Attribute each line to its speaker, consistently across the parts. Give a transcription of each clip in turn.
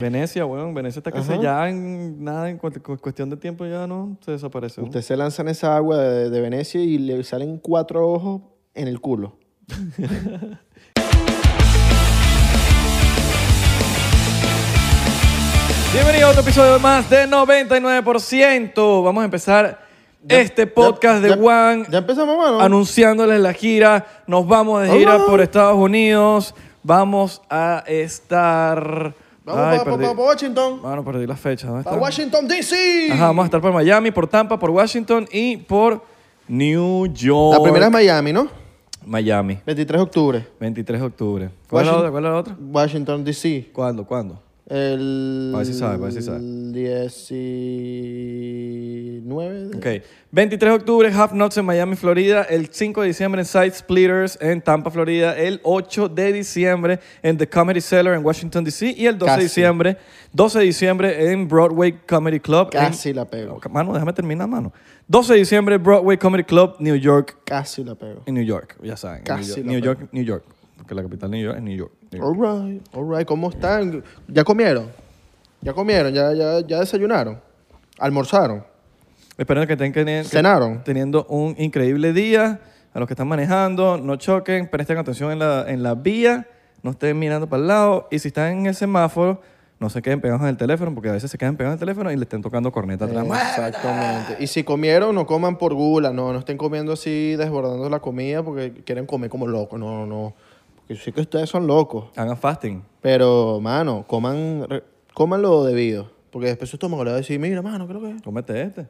Speaker 1: Venecia, weón. Venecia está que
Speaker 2: Ajá.
Speaker 1: se ya en nada, en cu- cu- cuestión de tiempo ya no se desapareció.
Speaker 2: Usted se lanza en esa agua de, de Venecia y le salen cuatro ojos en el culo.
Speaker 1: Bienvenido a otro episodio más de 99%. Vamos a empezar
Speaker 2: Ya-
Speaker 1: este podcast
Speaker 2: ya-
Speaker 1: de
Speaker 2: ya-
Speaker 1: Juan
Speaker 2: Ya empezamos, mano.
Speaker 1: anunciándoles la gira. Nos vamos de gira
Speaker 2: Hola.
Speaker 1: por Estados Unidos. Vamos a estar.
Speaker 2: Vamos
Speaker 1: Ay,
Speaker 2: pa- pa-
Speaker 1: perdí-
Speaker 2: pa- pa Washington.
Speaker 1: Mano, perdí las fechas. ¿Dónde
Speaker 2: Para
Speaker 1: está?
Speaker 2: Washington, D.C.
Speaker 1: Ajá, vamos a estar por Miami, por Tampa, por Washington y por New York.
Speaker 2: La primera es Miami, ¿no?
Speaker 1: Miami,
Speaker 2: 23 de octubre.
Speaker 1: 23 de octubre. ¿Cuál es la otra?
Speaker 2: Washington-
Speaker 1: ¿Cuál es la otra?
Speaker 2: Washington, D.C.
Speaker 1: ¿Cuándo? ¿Cuándo?
Speaker 2: El.
Speaker 1: A ver si sabe, a ver si sabe.
Speaker 2: 19. de-
Speaker 1: Ok. 23 de octubre, Half Nuts en Miami, Florida. El 5 de diciembre en Side Splitters en Tampa, Florida. El 8 de diciembre en The Comedy Cellar en Washington, D.C. Y el 12 de
Speaker 2: Casi.
Speaker 1: diciembre, 12 de diciembre en Broadway Comedy Club. en-
Speaker 2: Casi la pego.
Speaker 1: Mano, déjame terminar, mano. 12 de diciembre, Broadway Comedy Club, New York.
Speaker 2: Casi la pego.
Speaker 1: En New York, ya saben. en
Speaker 2: Casi la Oh.
Speaker 1: New York, New York, New York. Porque la capital de New York es New York. New York.
Speaker 2: Alright, alright, ¿cómo están? ¿Ya comieron? ¿Ya comieron? ¿Ya, ya, ya desayunaron? ¿Almorzaron?
Speaker 1: Espero que estén teniendo,
Speaker 2: ¿Cenaron?
Speaker 1: teniendo un increíble día. A los que están manejando, no choquen, presten atención en la, en la vía, no estén mirando para el lado. Y si están en el semáforo, no se queden pegados en el teléfono, porque a veces se quedan pegados en el teléfono y le estén tocando corneta atrás.
Speaker 2: Eh. Exactamente. Y si comieron, no coman por gula, no, no estén comiendo así, desbordando la comida porque quieren comer como locos. No, no, no. Porque yo sé que ustedes son locos.
Speaker 1: Hagan fasting.
Speaker 2: Pero, mano, coman, re- coman lo debido. Porque después su estómago le va a decir, mira, mano, creo que.
Speaker 1: Cómete este.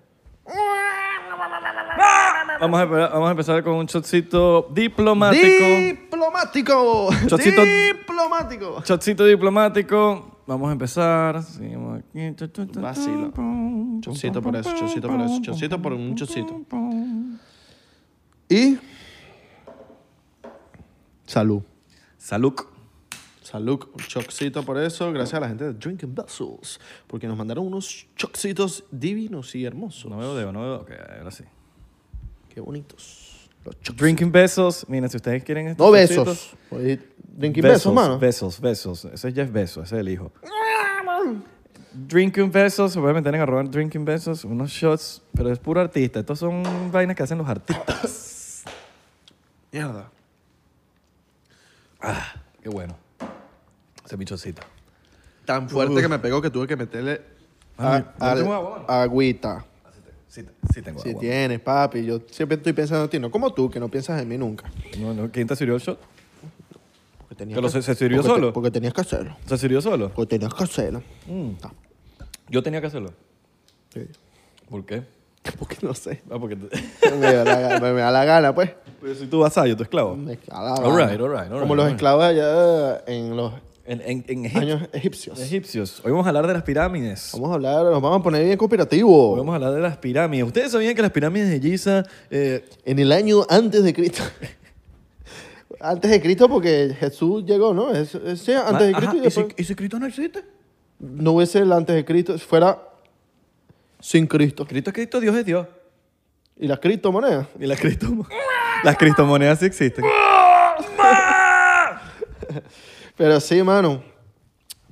Speaker 1: Vamos a, empe- vamos a empezar con un shotcito diplomático.
Speaker 2: Diplomático.
Speaker 1: Chocito-
Speaker 2: Diplomático.
Speaker 1: Chocito diplomático. Vamos a empezar. Seguimos aquí.
Speaker 2: Vacilo. Chocito por eso, chocito por eso, chocito por un chocito. Y. Salud.
Speaker 1: Salud.
Speaker 2: Salud, un chocito por eso. Gracias a la gente de Drinking Vessels, porque nos mandaron unos chocitos divinos y hermosos.
Speaker 1: No veo dedo, no veo. Ok, ahora sí.
Speaker 2: Qué bonitos. Los choc-
Speaker 1: Drinking besos. Miren, si ustedes quieren. estos
Speaker 2: No
Speaker 1: chocitos,
Speaker 2: besos. Oye, Drinking besos, mano.
Speaker 1: Besos, besos. Ese es Jeff Besos, ese es el hijo. Drinking besos, se pueden meter en arroba drinking besos, unos shots, pero es puro artista. Estos son vainas que hacen los artistas.
Speaker 2: Mierda.
Speaker 1: Qué bueno. Ese es mi chocito.
Speaker 2: Tan fuerte que me pegó que tuve que meterle
Speaker 1: Ah,
Speaker 2: a-
Speaker 1: no
Speaker 2: al-
Speaker 1: tengo agua, ¿no?
Speaker 2: agüita.
Speaker 1: Sí, sí tengo
Speaker 2: Si
Speaker 1: agua.
Speaker 2: tienes, papi. Yo siempre estoy pensando en ti. No como tú, que no piensas en mí nunca.
Speaker 1: No, no, ¿Quién te sirvió el shot?
Speaker 2: Porque tenías
Speaker 1: Pero se- se sirvió
Speaker 2: porque te-
Speaker 1: solo.
Speaker 2: porque tenías que hacerlo.
Speaker 1: ¿Se sirvió solo?
Speaker 2: Porque tenías que hacerlo. Ah,
Speaker 1: Yo tenía que hacerlo.
Speaker 2: sí.
Speaker 1: ¿Por qué?
Speaker 2: Porque no sé.
Speaker 1: Ah, porque te-
Speaker 2: me, da la, gana- me da la gana, pues.
Speaker 1: Pero soy tu vasallo, tu esclavo.
Speaker 2: Me da la
Speaker 1: All
Speaker 2: gana.
Speaker 1: right, all right, all right,
Speaker 2: Como los
Speaker 1: all right.
Speaker 2: esclavos allá en los
Speaker 1: En, en, en Egip-
Speaker 2: años egipcios.
Speaker 1: egipcios. Hoy vamos a hablar de las pirámides.
Speaker 2: Vamos a hablar, nos vamos a poner bien cooperativos.
Speaker 1: Hoy vamos a hablar de las pirámides. ¿Ustedes sabían que las pirámides de Giza... eh,
Speaker 2: En el año antes de Cristo. antes de Cristo porque Jesús llegó, ¿no? Es, es- sí, antes de
Speaker 1: Ah, ajá,
Speaker 2: Cristo y
Speaker 1: ¿y si-
Speaker 2: después-
Speaker 1: ¿Y si Cristo no existe?
Speaker 2: No hubiese el antes de Cristo, fuera sin Cristo.
Speaker 1: Cristo es Cristo, Dios es Dios.
Speaker 2: Y las criptomonedas.
Speaker 1: Y las, cristomo- las cristomonedas sí existen.
Speaker 2: Pero sí, mano.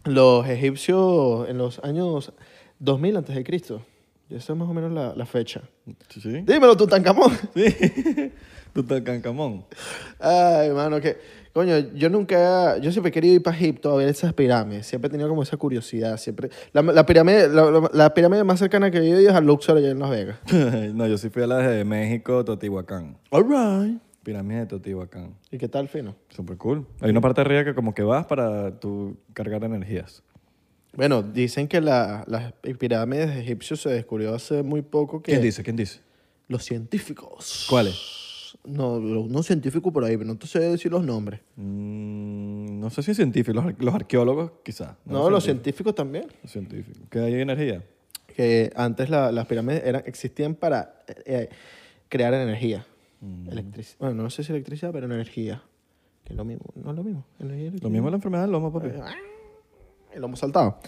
Speaker 2: Los egipcios en los años 2000 antes de Cristo. Esa es más o menos la, la fecha.
Speaker 1: Sí.
Speaker 2: Dímelo, Tutankamón.
Speaker 1: Sí. Tutankamón.
Speaker 2: Ay, mano, que. Coño, yo nunca. Yo siempre he querido ir para Egipto a ver esas pirámides. Siempre he tenido como esa curiosidad. Siempre. La, la pirámide, la, la- la pirámide más cercana que he ido es a Luxor allá en Las Vegas.
Speaker 1: no, yo sí fui a las de México, Totihuacán.
Speaker 2: Alright.
Speaker 1: Pirámide de Totihuacán.
Speaker 2: ¿Y qué tal, fino?
Speaker 1: Super cool. Hay una parte arriba que como que vas para tú cargar energías.
Speaker 2: Bueno, dicen que la- las pirámides egipcias se descubrió hace muy poco que.
Speaker 1: ¿Quién dice? ¿Quién dice?
Speaker 2: Los científicos.
Speaker 1: ¿Cuáles?
Speaker 2: No, unos científicos por ahí, pero no te sé decir los nombres.
Speaker 1: Mm, no sé si científicos, los, ar- los arqueólogos quizás.
Speaker 2: No, los científicos también.
Speaker 1: Los científicos. Que hay energía.
Speaker 2: Que antes la- las pirámides eran, existían para eh, eh, crear energía. Electric- bueno, no sé si electricidad, pero energía. Que es lo mismo. No es lo mismo. Energía y
Speaker 1: Lo
Speaker 2: electricidad.
Speaker 1: mismo es la enfermedad del lomo, papi.
Speaker 2: Y lo hemos saltado.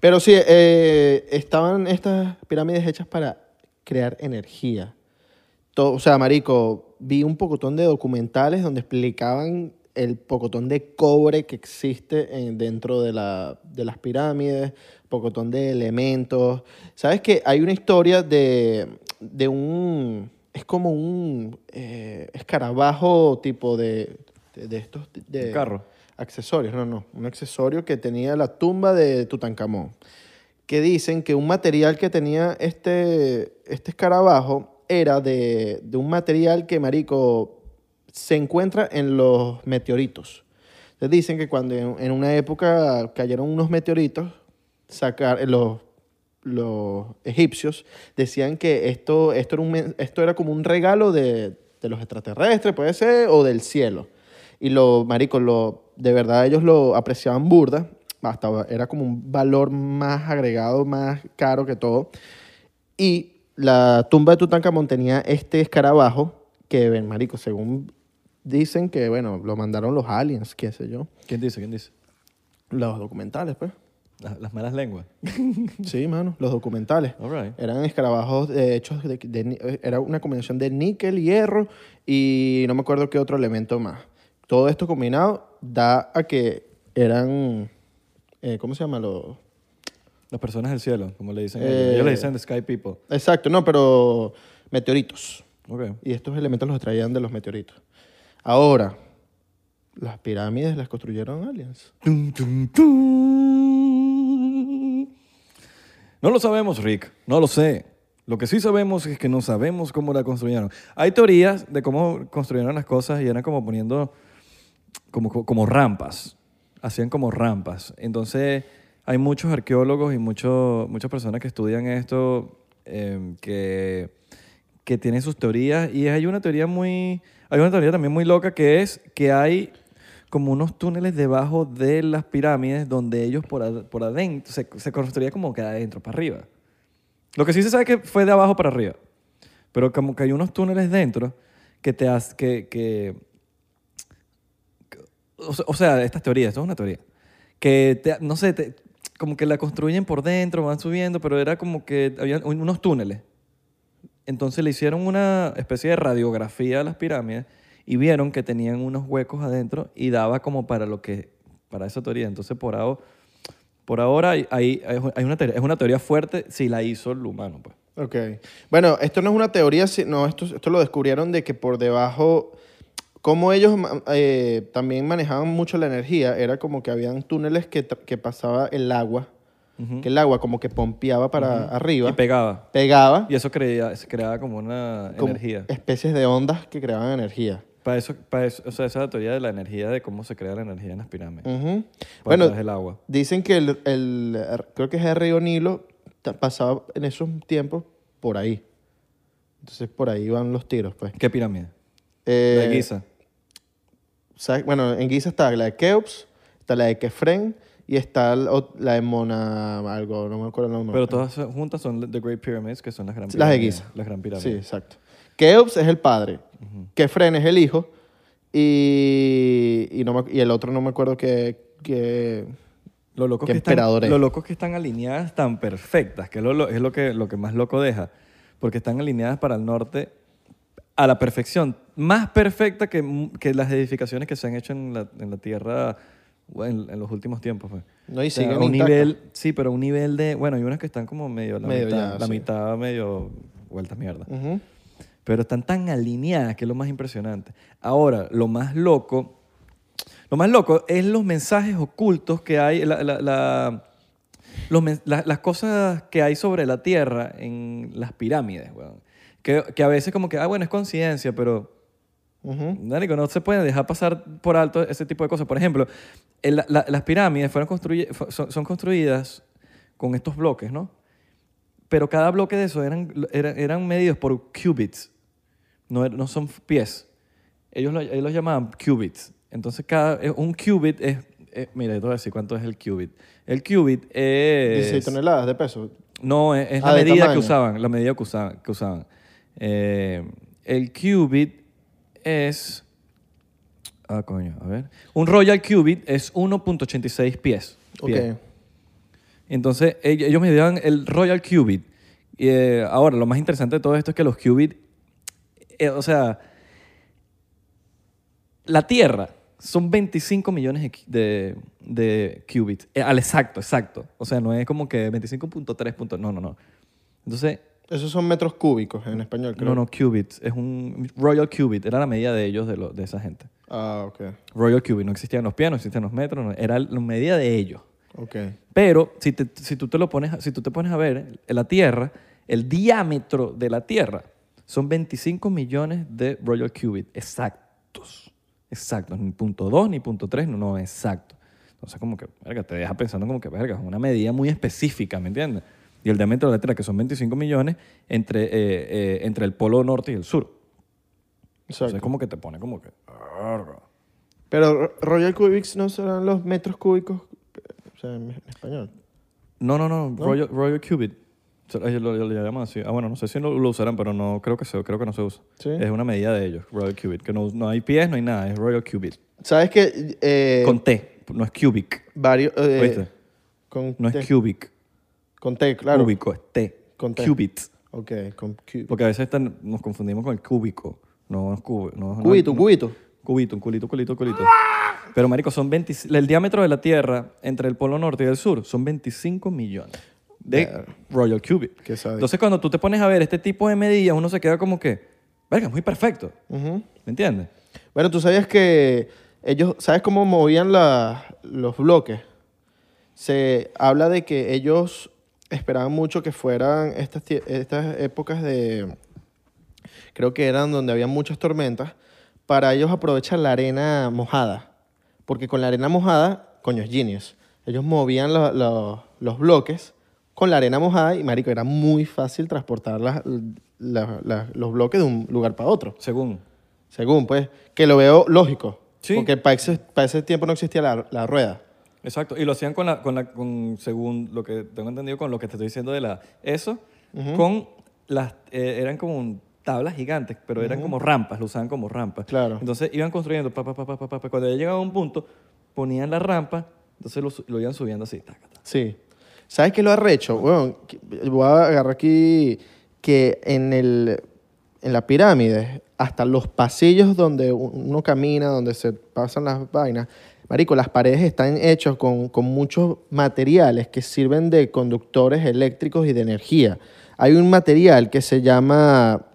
Speaker 2: Pero sí, eh, estaban estas pirámides hechas para crear energía. To- o sea, marico, vi un pocotón de documentales donde explicaban el pocotón de cobre que existe en- dentro de, la, de las pirámides, pocotón de elementos. ¿Sabes que Hay una historia de, de un... Es como un eh, escarabajo tipo de, de, de estos... De,
Speaker 1: Un carro.
Speaker 2: Accesorios, no, no. Un accesorio que tenía la tumba de Tutankamón que dicen que un material que tenía este, este escarabajo era de, de un material que, marico, se encuentra en los meteoritos. Entonces dicen que cuando en, en una época cayeron unos meteoritos, sacar, los, los egipcios decían que esto, esto, era un men- esto era como un regalo de, de los extraterrestres, puede ser, o del cielo. Y lo, marico, lo, de verdad ellos lo apreciaban burda. Hasta era como un valor más agregado, más caro que todo. Y la tumba de Tutankamón tenía este escarabajo que, ven, marico, según dicen que, bueno, lo mandaron los aliens, qué sé yo.
Speaker 1: ¿Quién dice? ¿Quién dice?
Speaker 2: Los documentales, pues.
Speaker 1: La- Las, malas lenguas.
Speaker 2: Sí, mano, los documentales.
Speaker 1: All right.
Speaker 2: Eran escarabajos eh, hechos de, de ni- eh, Era una combinación de níquel, hierro y no me acuerdo qué otro elemento más. Todo esto combinado da a que eran... eh, ¿Cómo se llama? Los...
Speaker 1: Las personas del cielo, como le dicen
Speaker 2: Eh.
Speaker 1: ellos. Ellos le dicen the sky people.
Speaker 2: Exacto, no, pero meteoritos.
Speaker 1: Ok.
Speaker 2: Y estos elementos los traían de los meteoritos. Ahora, las pirámides las construyeron aliens.
Speaker 1: Tum, tum, tum. No lo sabemos, Rick. No lo sé. Lo que sí sabemos es que no sabemos cómo la construyeron. Hay teorías de cómo construyeron las cosas y eran como poniendo como, como rampas. Hacían como rampas. Entonces, hay muchos arqueólogos y mucho- muchas personas que estudian esto eh, que, que tienen sus teorías. Y hay una teoría muy. Hay una teoría también muy loca que es que hay como unos túneles debajo de las pirámides donde ellos por, ad- por adentro. Se, se construía como que de adentro para arriba. Lo que sí se sabe que fue de abajo para arriba. Pero como que hay unos túneles dentro que te hacen. Que, que, o se- o sea, estas teorías, esto es una teoría, que te- no sé, te- como que la construyen por dentro, van subiendo, pero era como que había un- unos túneles. Entonces le hicieron una especie de radiografía a las pirámides y vieron que tenían unos huecos adentro y daba como para lo que, para esa teoría. Entonces por ahora, por ahora hay, hay- hay una teoría, es una teoría fuerte si la hizo el humano, pues.
Speaker 2: Ok. Bueno, esto no es una teoría, no, esto, esto lo descubrieron de que por debajo, como ellos ma- eh, también manejaban mucho la energía, era como que habían túneles que, tra- que pasaba el agua, que el agua como que pompeaba para arriba,
Speaker 1: Y pegaba.
Speaker 2: pegaba
Speaker 1: Y eso creía, se creaba como una
Speaker 2: como
Speaker 1: energía.
Speaker 2: especies de ondas que creaban energía.
Speaker 1: Para eso, para eso, o sea, esa es la teoría de la energía, de cómo se crea la energía en las pirámides.
Speaker 2: Ujú.
Speaker 1: Por
Speaker 2: Bueno,
Speaker 1: atrás del agua.
Speaker 2: Dicen que el, el- er, creo que es el río Nilo, ta- pasaba en esos tiempos por ahí. Entonces por ahí van los tiros, pues.
Speaker 1: ¿Qué pirámide?
Speaker 2: Eh,
Speaker 1: La de Giza.
Speaker 2: ¿sabes? Bueno, en Giza está la de Keops, está la de Kefren y está la ot- la de Mona algo, no me acuerdo el nombre.
Speaker 1: Pero todas juntas son The Great Pyramids, que son las grandes
Speaker 2: Las de
Speaker 1: pirámides.
Speaker 2: Giza.
Speaker 1: Las gran
Speaker 2: Sí,
Speaker 1: pirámides.
Speaker 2: exacto. Keops es el padre, Kefren es el hijo y, y, no me- y el otro no me acuerdo que... que
Speaker 1: Lo loco,
Speaker 2: Qué
Speaker 1: que están,
Speaker 2: emperador es.
Speaker 1: lo loco es que están alineadas tan perfectas, que lo- lo- es lo que, lo que más loco deja. Porque están alineadas para el norte a la perfección. Más perfecta que, mu- que las edificaciones que se han hecho en la, en la Tierra bueno, en, en los últimos tiempos. pues.
Speaker 2: no, y
Speaker 1: O sea,
Speaker 2: siguen
Speaker 1: a un
Speaker 2: intactos.
Speaker 1: nivel, sí, pero a un nivel de, bueno, hay unas que están como medio la
Speaker 2: Medio
Speaker 1: mitad,
Speaker 2: ya,
Speaker 1: la
Speaker 2: sí.
Speaker 1: mitad medio vueltas mierda,
Speaker 2: Ujú.
Speaker 1: pero están tan alineadas que es lo más impresionante. Ahora, lo más loco, lo más loco es los mensajes ocultos que hay, la- la- la- los men- la- las cosas que hay sobre la Tierra en las pirámides, weón. Que, que a veces como que, ah, bueno, es conciencia, pero
Speaker 2: Ujú.
Speaker 1: Marico, no se puede dejar pasar por alto ese tipo de cosas. Por ejemplo, el- la- las pirámides fueron construye- fu- son, son construidas con estos bloques, ¿no? Pero cada bloque de eso eran, era- eran medidos por cubits, no, er- no son pies. Ellos, lo- ellos los llamaban cubits. Entonces, cada, eh, un cubit es... eh, mira, te voy a decir cuánto es el cubit. El cubit es...
Speaker 2: 16 toneladas de peso.
Speaker 1: No, es, es
Speaker 2: Ah,
Speaker 1: la
Speaker 2: de
Speaker 1: medida que
Speaker 2: tamaño.
Speaker 1: usaban, la medida que usaban. Que usaban. Eh, el qubit es... Ah, coño, a ver. Un Royal Qubit es 1.86 pies.
Speaker 2: Ok.
Speaker 1: pie. Entonces, ell- ellos me dieron el Royal Qubit. Y, eh, ahora, lo más interesante de todo esto es que los qubits, eh, o sea, la Tierra son 25 millones de, qui- de, de qubits. Eh, al exacto, exacto. O sea, no es como que 25.3 punto- No, no, no. Entonces,
Speaker 2: Esos son metros cúbicos en español, creo.
Speaker 1: no, no, qubits. Es un Royal Qubit. Era la medida de ellos, de, lo- de esa gente.
Speaker 2: Ah, ok.
Speaker 1: Royal Qubit. No existían los pies, no existían los metros. no- era la medida de ellos.
Speaker 2: Ok.
Speaker 1: Pero si, te- si tú te lo pones, a- si tú te pones a ver eh, la Tierra, el diámetro de la Tierra son 25 millones de Royal Cubit exactos. Exactos. Ni punto 2, ni punto 3, no, no, exacto. Entonces, como que, verga, te deja pensando como que, verga, es una medida muy específica, ¿me entiendes? Y el diámetro de la Tierra, que son 25 millones, entre, eh, eh, entre el polo norte y el sur.
Speaker 2: Exacto.
Speaker 1: Entonces, como que te pone como que, verga.
Speaker 2: Pero Ro- Royal Cubics no serán los metros cúbicos eh, o sea, en en español.
Speaker 1: No, no, no, Royal, Royal Cubit. Se- ellos Lo, lo- lo llaman así. Ah, bueno, no sé si lo, lo usarán, pero no creo que se, creo que no se usa.
Speaker 2: Sí.
Speaker 1: Es una medida de ellos, Royal Cubit. Que no, no hay pies, no hay nada, es Royal Cubit.
Speaker 2: ¿Sabes que eh,
Speaker 1: Con T, no es cubic.
Speaker 2: varios... eh,
Speaker 1: ¿Oíste?
Speaker 2: con
Speaker 1: No
Speaker 2: T-
Speaker 1: es cubic.
Speaker 2: Con T, claro.
Speaker 1: Cúbico, es T.
Speaker 2: Con T.
Speaker 1: Cubit.
Speaker 2: Ok, con cu-
Speaker 1: Porque a veces tan- nos confundimos con el cúbico. No, es cubo. No, no-
Speaker 2: cubito,
Speaker 1: no-
Speaker 2: cubito.
Speaker 1: Cubito, un culito, culito, culito. Pero, marico, son 20, el diámetro de la Tierra entre el polo norte y el sur son 25 millones de Royal Cubit.
Speaker 2: Qué sádico.
Speaker 1: Entonces, cuando tú te pones a ver este tipo de medidas, uno se queda como que, verga, es muy perfecto.
Speaker 2: Ujú.
Speaker 1: ¿Me entiendes?
Speaker 2: Bueno, tú sabías que ellos, ¿sabes cómo movían la- los bloques? Se habla de que ellos esperaban mucho que fueran estas, tie- estas épocas de, creo que eran donde había muchas tormentas, para ellos aprovechar la arena mojada. Porque con la arena mojada, coño, es genius. Ellos movían lo- lo- los bloques con la arena mojada y, marico, era muy fácil transportar las- las- las- los bloques de un lugar para otro.
Speaker 1: Según.
Speaker 2: Según, pues, que lo veo lógico.
Speaker 1: Sí.
Speaker 2: Porque para ese, pa' ese tiempo no existía la, la rueda.
Speaker 1: Exacto. Y lo hacían con la, con la, con, según lo que tengo entendido, con lo que te estoy diciendo de la, eso, con las, eh, eran como un- tablas gigantes, pero eran como rampas, lo usaban como rampas.
Speaker 2: Claro.
Speaker 1: Entonces iban construyendo, pa, pa, pa, pa, pa, pa, pa. cuando ya llegaba a un punto, ponían la rampa, entonces lo, su- lo iban subiendo así, taca, taca.
Speaker 2: Sí. ¿Sabes qué lo arrecho? Bueno, que- voy a agarrar aquí que en, el, en la pirámide, hasta los pasillos donde uno camina, donde se pasan las vainas, marico, las paredes están hechas con, con muchos materiales que sirven de conductores eléctricos y de energía. Hay un material que se llama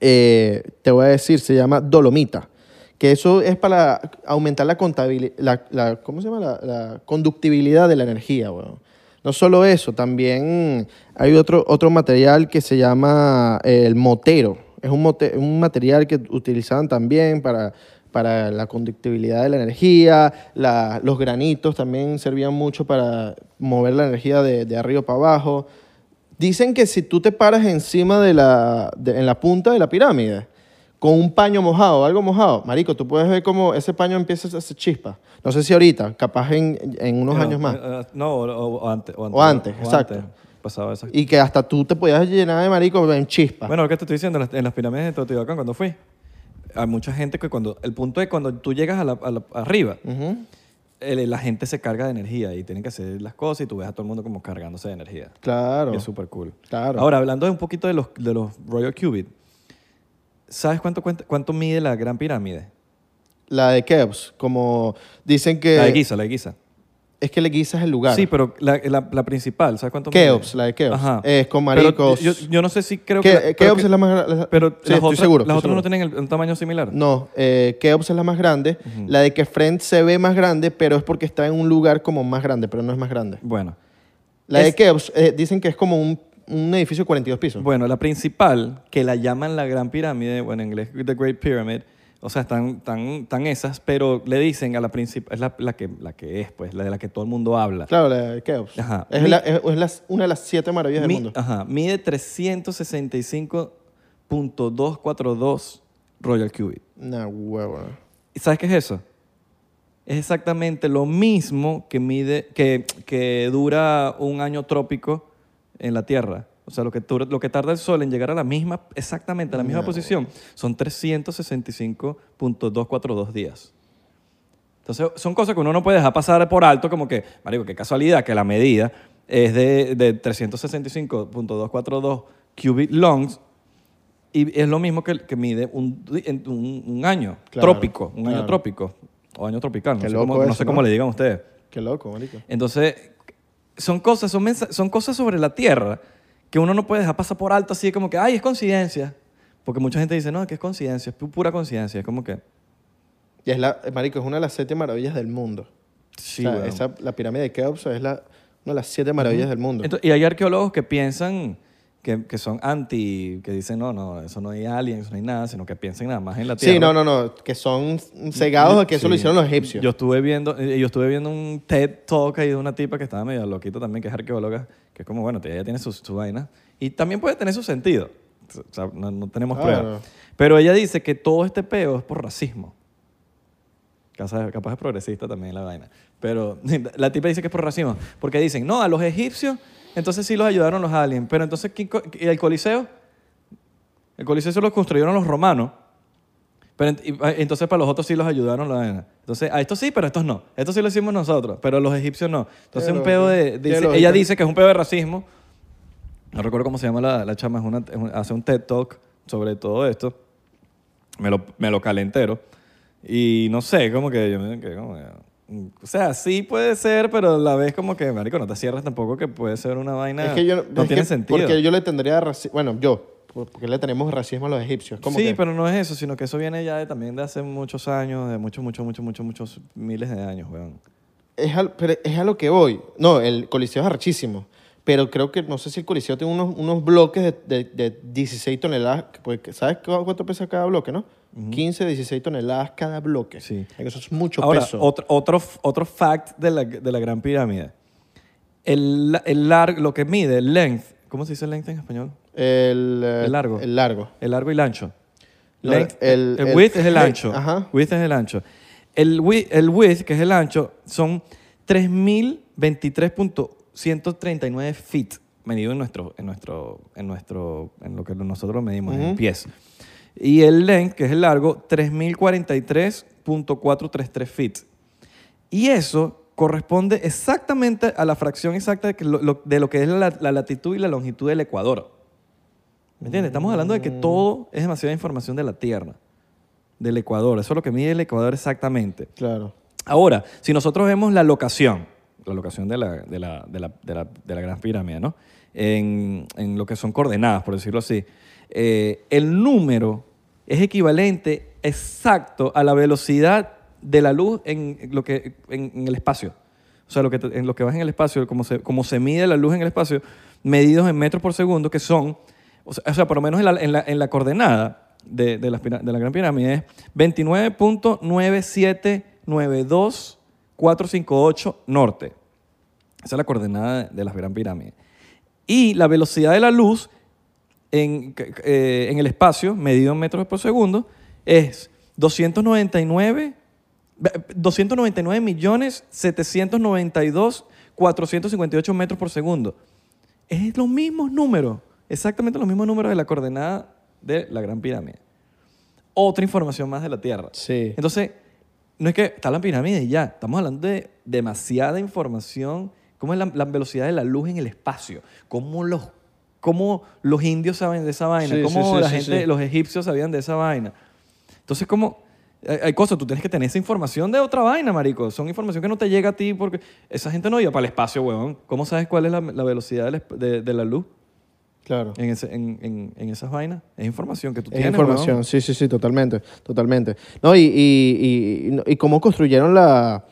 Speaker 2: eh, te voy a decir, se llama dolomita. Que eso es para aumentar la contabili- la, la- ¿cómo se llama? La, la conductibilidad de la energía, weón. No solo eso, también hay otro, otro material que se llama eh, el motero. Es un, mote- un material que utilizaban también para, para la conductibilidad de la energía. La- los granitos también servían mucho para mover la energía de- de arriba para abajo. Dicen que si tú te paras encima de la, de- en la punta de la pirámide con un paño mojado, algo mojado, marico, tú puedes ver cómo ese paño empieza a hacer chispa. No sé si ahorita, capaz en, en unos
Speaker 1: No,
Speaker 2: años más.
Speaker 1: eh, eh, no, o, o- o antes.
Speaker 2: O antes, exacto.
Speaker 1: pasaba esas
Speaker 2: Y que hasta tú te podías llenar de marico en chispa.
Speaker 1: eh. Bueno, lo que te estoy diciendo, en las, en las pirámides de Teotihuacán, cuando fui, hay mucha gente que cuando. El punto es cuando tú llegas a la- a la- arriba,
Speaker 2: Ujú.
Speaker 1: el- la gente se carga de energía y tienen que hacer las cosas y tú ves a todo el mundo como cargándose de energía.
Speaker 2: Claro.
Speaker 1: Y es súper cool.
Speaker 2: Claro.
Speaker 1: Ahora, hablando de un poquito de los, de los Royal Cubit, ¿sabes cuánto, cuenta- cuánto mide la Gran Pirámide?
Speaker 2: La de Keops, como dicen que...
Speaker 1: la de Giza, la de Giza.
Speaker 2: Es que le guisas el lugar.
Speaker 1: Sí, pero la, la- la principal, ¿sabes cuánto
Speaker 2: Keops,
Speaker 1: mide?
Speaker 2: la de Keops.
Speaker 1: Ajá.
Speaker 2: Es con
Speaker 1: Pero
Speaker 2: maricos.
Speaker 1: Yo, yo no sé si creo
Speaker 2: Ke-
Speaker 1: que... la-
Speaker 2: eh,
Speaker 1: creo
Speaker 2: Keops
Speaker 1: que-
Speaker 2: es la más grande.
Speaker 1: Pero
Speaker 2: Sí,
Speaker 1: las
Speaker 2: estoy
Speaker 1: otras,
Speaker 2: seguro,
Speaker 1: las
Speaker 2: estoy
Speaker 1: otras no
Speaker 2: seguro.
Speaker 1: tienen el- un tamaño similar.
Speaker 2: No, eh, Keops es la más grande. La de Kefren se ve más grande, pero es porque está en un lugar como más grande, pero no es más grande.
Speaker 1: Bueno.
Speaker 2: La de
Speaker 1: Es-
Speaker 2: Keops eh, dicen que es como un, un edificio de 42 pisos.
Speaker 1: Bueno, la principal, que la llaman la Gran Pirámide, bueno, en inglés The Great Pyramid, o sea, están, tan tan esas, pero le dicen a la principal, es la, la que, la que es, pues, la de la que todo el mundo habla.
Speaker 2: Claro, la de Keops.
Speaker 1: Ajá.
Speaker 2: Es,
Speaker 1: Mi-
Speaker 2: la- es- es las- una de las siete maravillas
Speaker 1: Mi- ah.
Speaker 2: del mundo.
Speaker 1: ajá, mide 365.242 Royal Cubit.
Speaker 2: Una huevona.
Speaker 1: ¿Y sabes qué es eso? Es exactamente lo mismo que mide, que, que dura un año trópico en la Tierra. O sea, lo que, tura- lo que tarda el Sol en llegar a la misma, exactamente a la misma
Speaker 2: No.
Speaker 1: posición, son 365.242 días. Entonces, son cosas que uno no puede dejar pasar por alto, como que, marico, qué casualidad que la medida es de, de 365.242 cubic longs y es lo mismo que, que mide un, di- en- un, un año
Speaker 2: Claro,
Speaker 1: trópico, un año
Speaker 2: claro.
Speaker 1: trópico. o año tropical, no
Speaker 2: Qué
Speaker 1: sé,
Speaker 2: loco
Speaker 1: cómo, no
Speaker 2: eso,
Speaker 1: sé
Speaker 2: ¿no?
Speaker 1: cómo le digan ustedes.
Speaker 2: Qué loco, marico.
Speaker 1: Entonces, son cosas, son, mensa- son cosas sobre la tierra que uno no puede dejar pasar por alto así como que, ay, es coincidencia. Porque mucha gente dice, no, que es coincidencia, es pu- pura coincidencia. Es como que,
Speaker 2: Y es la, eh, marico, es una de las siete maravillas del mundo.
Speaker 1: sí,
Speaker 2: o sea,
Speaker 1: weón.
Speaker 2: esa- la pirámide de Keops es la, una de las siete maravillas del mundo.
Speaker 1: Ento- y hay arqueólogos que piensan que, que son anti, que dicen, no, no, eso no hay aliens, no hay nada, sino que piensan nada más en la tierra.
Speaker 2: sí, no, no, no, que son cegados a que
Speaker 1: Sí.
Speaker 2: eso lo hicieron los egipcios.
Speaker 1: Yo estuve viendo, eh, yo estuve viendo un TED Talk ahí de una tipa que estaba medio loquita también, que es arqueóloga, que es como, bueno, ella tiene su, su vaina. Y también puede tener su sentido. O sea, no, no tenemos
Speaker 2: Claro.
Speaker 1: pruebas. Pero ella dice que todo este peo es por racismo. Capaz, capaz es progresista también la vaina. Pero la tipa dice que es por racismo. Porque dicen, no, a los egipcios, entonces sí los ayudaron los aliens. Pero entonces, ¿quién co- ¿y el Coliseo? El Coliseo se lo construyeron los romanos. Pero ent- y- ah, entonces para los otros sí los ayudaron la vaina. Entonces, a estos sí, pero a estos no. Estos sí lo hicimos nosotros, pero los egipcios no. Entonces,
Speaker 2: Qué
Speaker 1: un peo de...
Speaker 2: lógica.
Speaker 1: dice-
Speaker 2: Qué lógica.
Speaker 1: ella dice que es un peo de racismo. No recuerdo cómo se llama la, la chama. es una- es un- hace un TED Talk sobre todo esto. Me lo, me lo calentero. Y no sé, como que yo me quedé como que, mm, O sea, sí puede ser, pero a la vez como que, marico, no te cierras tampoco que puede ser una vaina...
Speaker 2: es que yo,
Speaker 1: no
Speaker 2: es
Speaker 1: tiene
Speaker 2: que-
Speaker 1: sentido.
Speaker 2: Porque yo le tendría racismo, bueno, yo, por- porque le tenemos racismo a los egipcios. Como
Speaker 1: Sí,
Speaker 2: que-
Speaker 1: pero no es eso, sino que eso viene ya de- también de hace muchos años, de muchos, muchos, muchos, muchos, muchos miles de años, weón.
Speaker 2: Es a, pero es a lo que voy. No, el coliseo es archísimo. Pero creo que, no sé si el coliseo tiene unos, unos bloques de, de- de 16 toneladas. que- Porque, ¿Sabes cu- cuánto pesa cada bloque, no? 15, 16 toneladas cada bloque.
Speaker 1: Sí.
Speaker 2: Eso es mucho
Speaker 1: Ahora,
Speaker 2: peso.
Speaker 1: Otro, otro, f- otro fact de la, de la Gran Pirámide. El, la- el largo, lo que mide, el length, ¿cómo se dice length en español?
Speaker 2: El, eh,
Speaker 1: El largo.
Speaker 2: El largo.
Speaker 1: El largo y el ancho.
Speaker 2: No,
Speaker 1: Length-
Speaker 2: el-
Speaker 1: el,
Speaker 2: el-
Speaker 1: width es el ancho.
Speaker 2: Ajá.
Speaker 1: Width es el ancho. El, wi- el width, que es el ancho, son 3023.139 feet medido en nuestro, en nuestro, en nuestro, en lo que nosotros medimos, en
Speaker 2: Ujú.
Speaker 1: pies. Y el length, que es el largo, 3043.433 feet. Y eso corresponde exactamente a la fracción exacta de que lo, lo- de lo que es la, la latitud y la longitud del Ecuador. ¿Me entiendes? Estamos hablando de que todo es demasiada información de la Tierra, del Ecuador. Eso es lo que mide el Ecuador exactamente.
Speaker 2: Claro.
Speaker 1: Ahora, si nosotros vemos la locación, la locación de la, de la, de la, de la- de la Gran Pirámide, ¿no? En, en lo que son coordenadas, por decirlo así, eh, el número es equivalente exacto a la velocidad de la luz en, lo que, en, en el espacio. O sea, lo que, te- en lo que vas en el espacio, como se, como se mide la luz en el espacio, medidos en metros por segundo, que son, o sea, o sea, por lo menos en la, en la- en la coordenada de, de las pira- de la Gran Pirámide es 29.9792458 norte. Esa es la coordenada de, de las Gran Pirámides. Y la velocidad de la luz en, c- c- eh, en el espacio, medido en metros por segundo, es 299, ve- 299 millones 792 458 metros por segundo. Es los mismos números, exactamente los mismos números de la coordenada de la Gran Pirámide. Otra información más de la Tierra.
Speaker 2: Sí.
Speaker 1: Entonces, no es que está la pirámide y ya, estamos hablando de demasiada información. ¿Cómo es la, la velocidad de la luz en el espacio? ¿Cómo los, cómo los indios saben de esa vaina?
Speaker 2: Sí,
Speaker 1: ¿Cómo
Speaker 2: sí, sí,
Speaker 1: la
Speaker 2: sí,
Speaker 1: gente,
Speaker 2: sí.
Speaker 1: los egipcios sabían de esa vaina? Entonces, como hay, hay cosas, tú tienes que tener esa información de otra vaina, marico. Son información que no te llega a ti porque esa gente no iba para el espacio, huevón. ¿Cómo sabes cuál es la, la velocidad del esp- de, de la luz
Speaker 2: Claro.
Speaker 1: en, ese- en- en- en esas vainas? Es información que tú
Speaker 2: Es
Speaker 1: tienes,
Speaker 2: información,
Speaker 1: huevón.
Speaker 2: sí, sí, sí, totalmente, totalmente. No, y, y, y- y cómo construyeron la...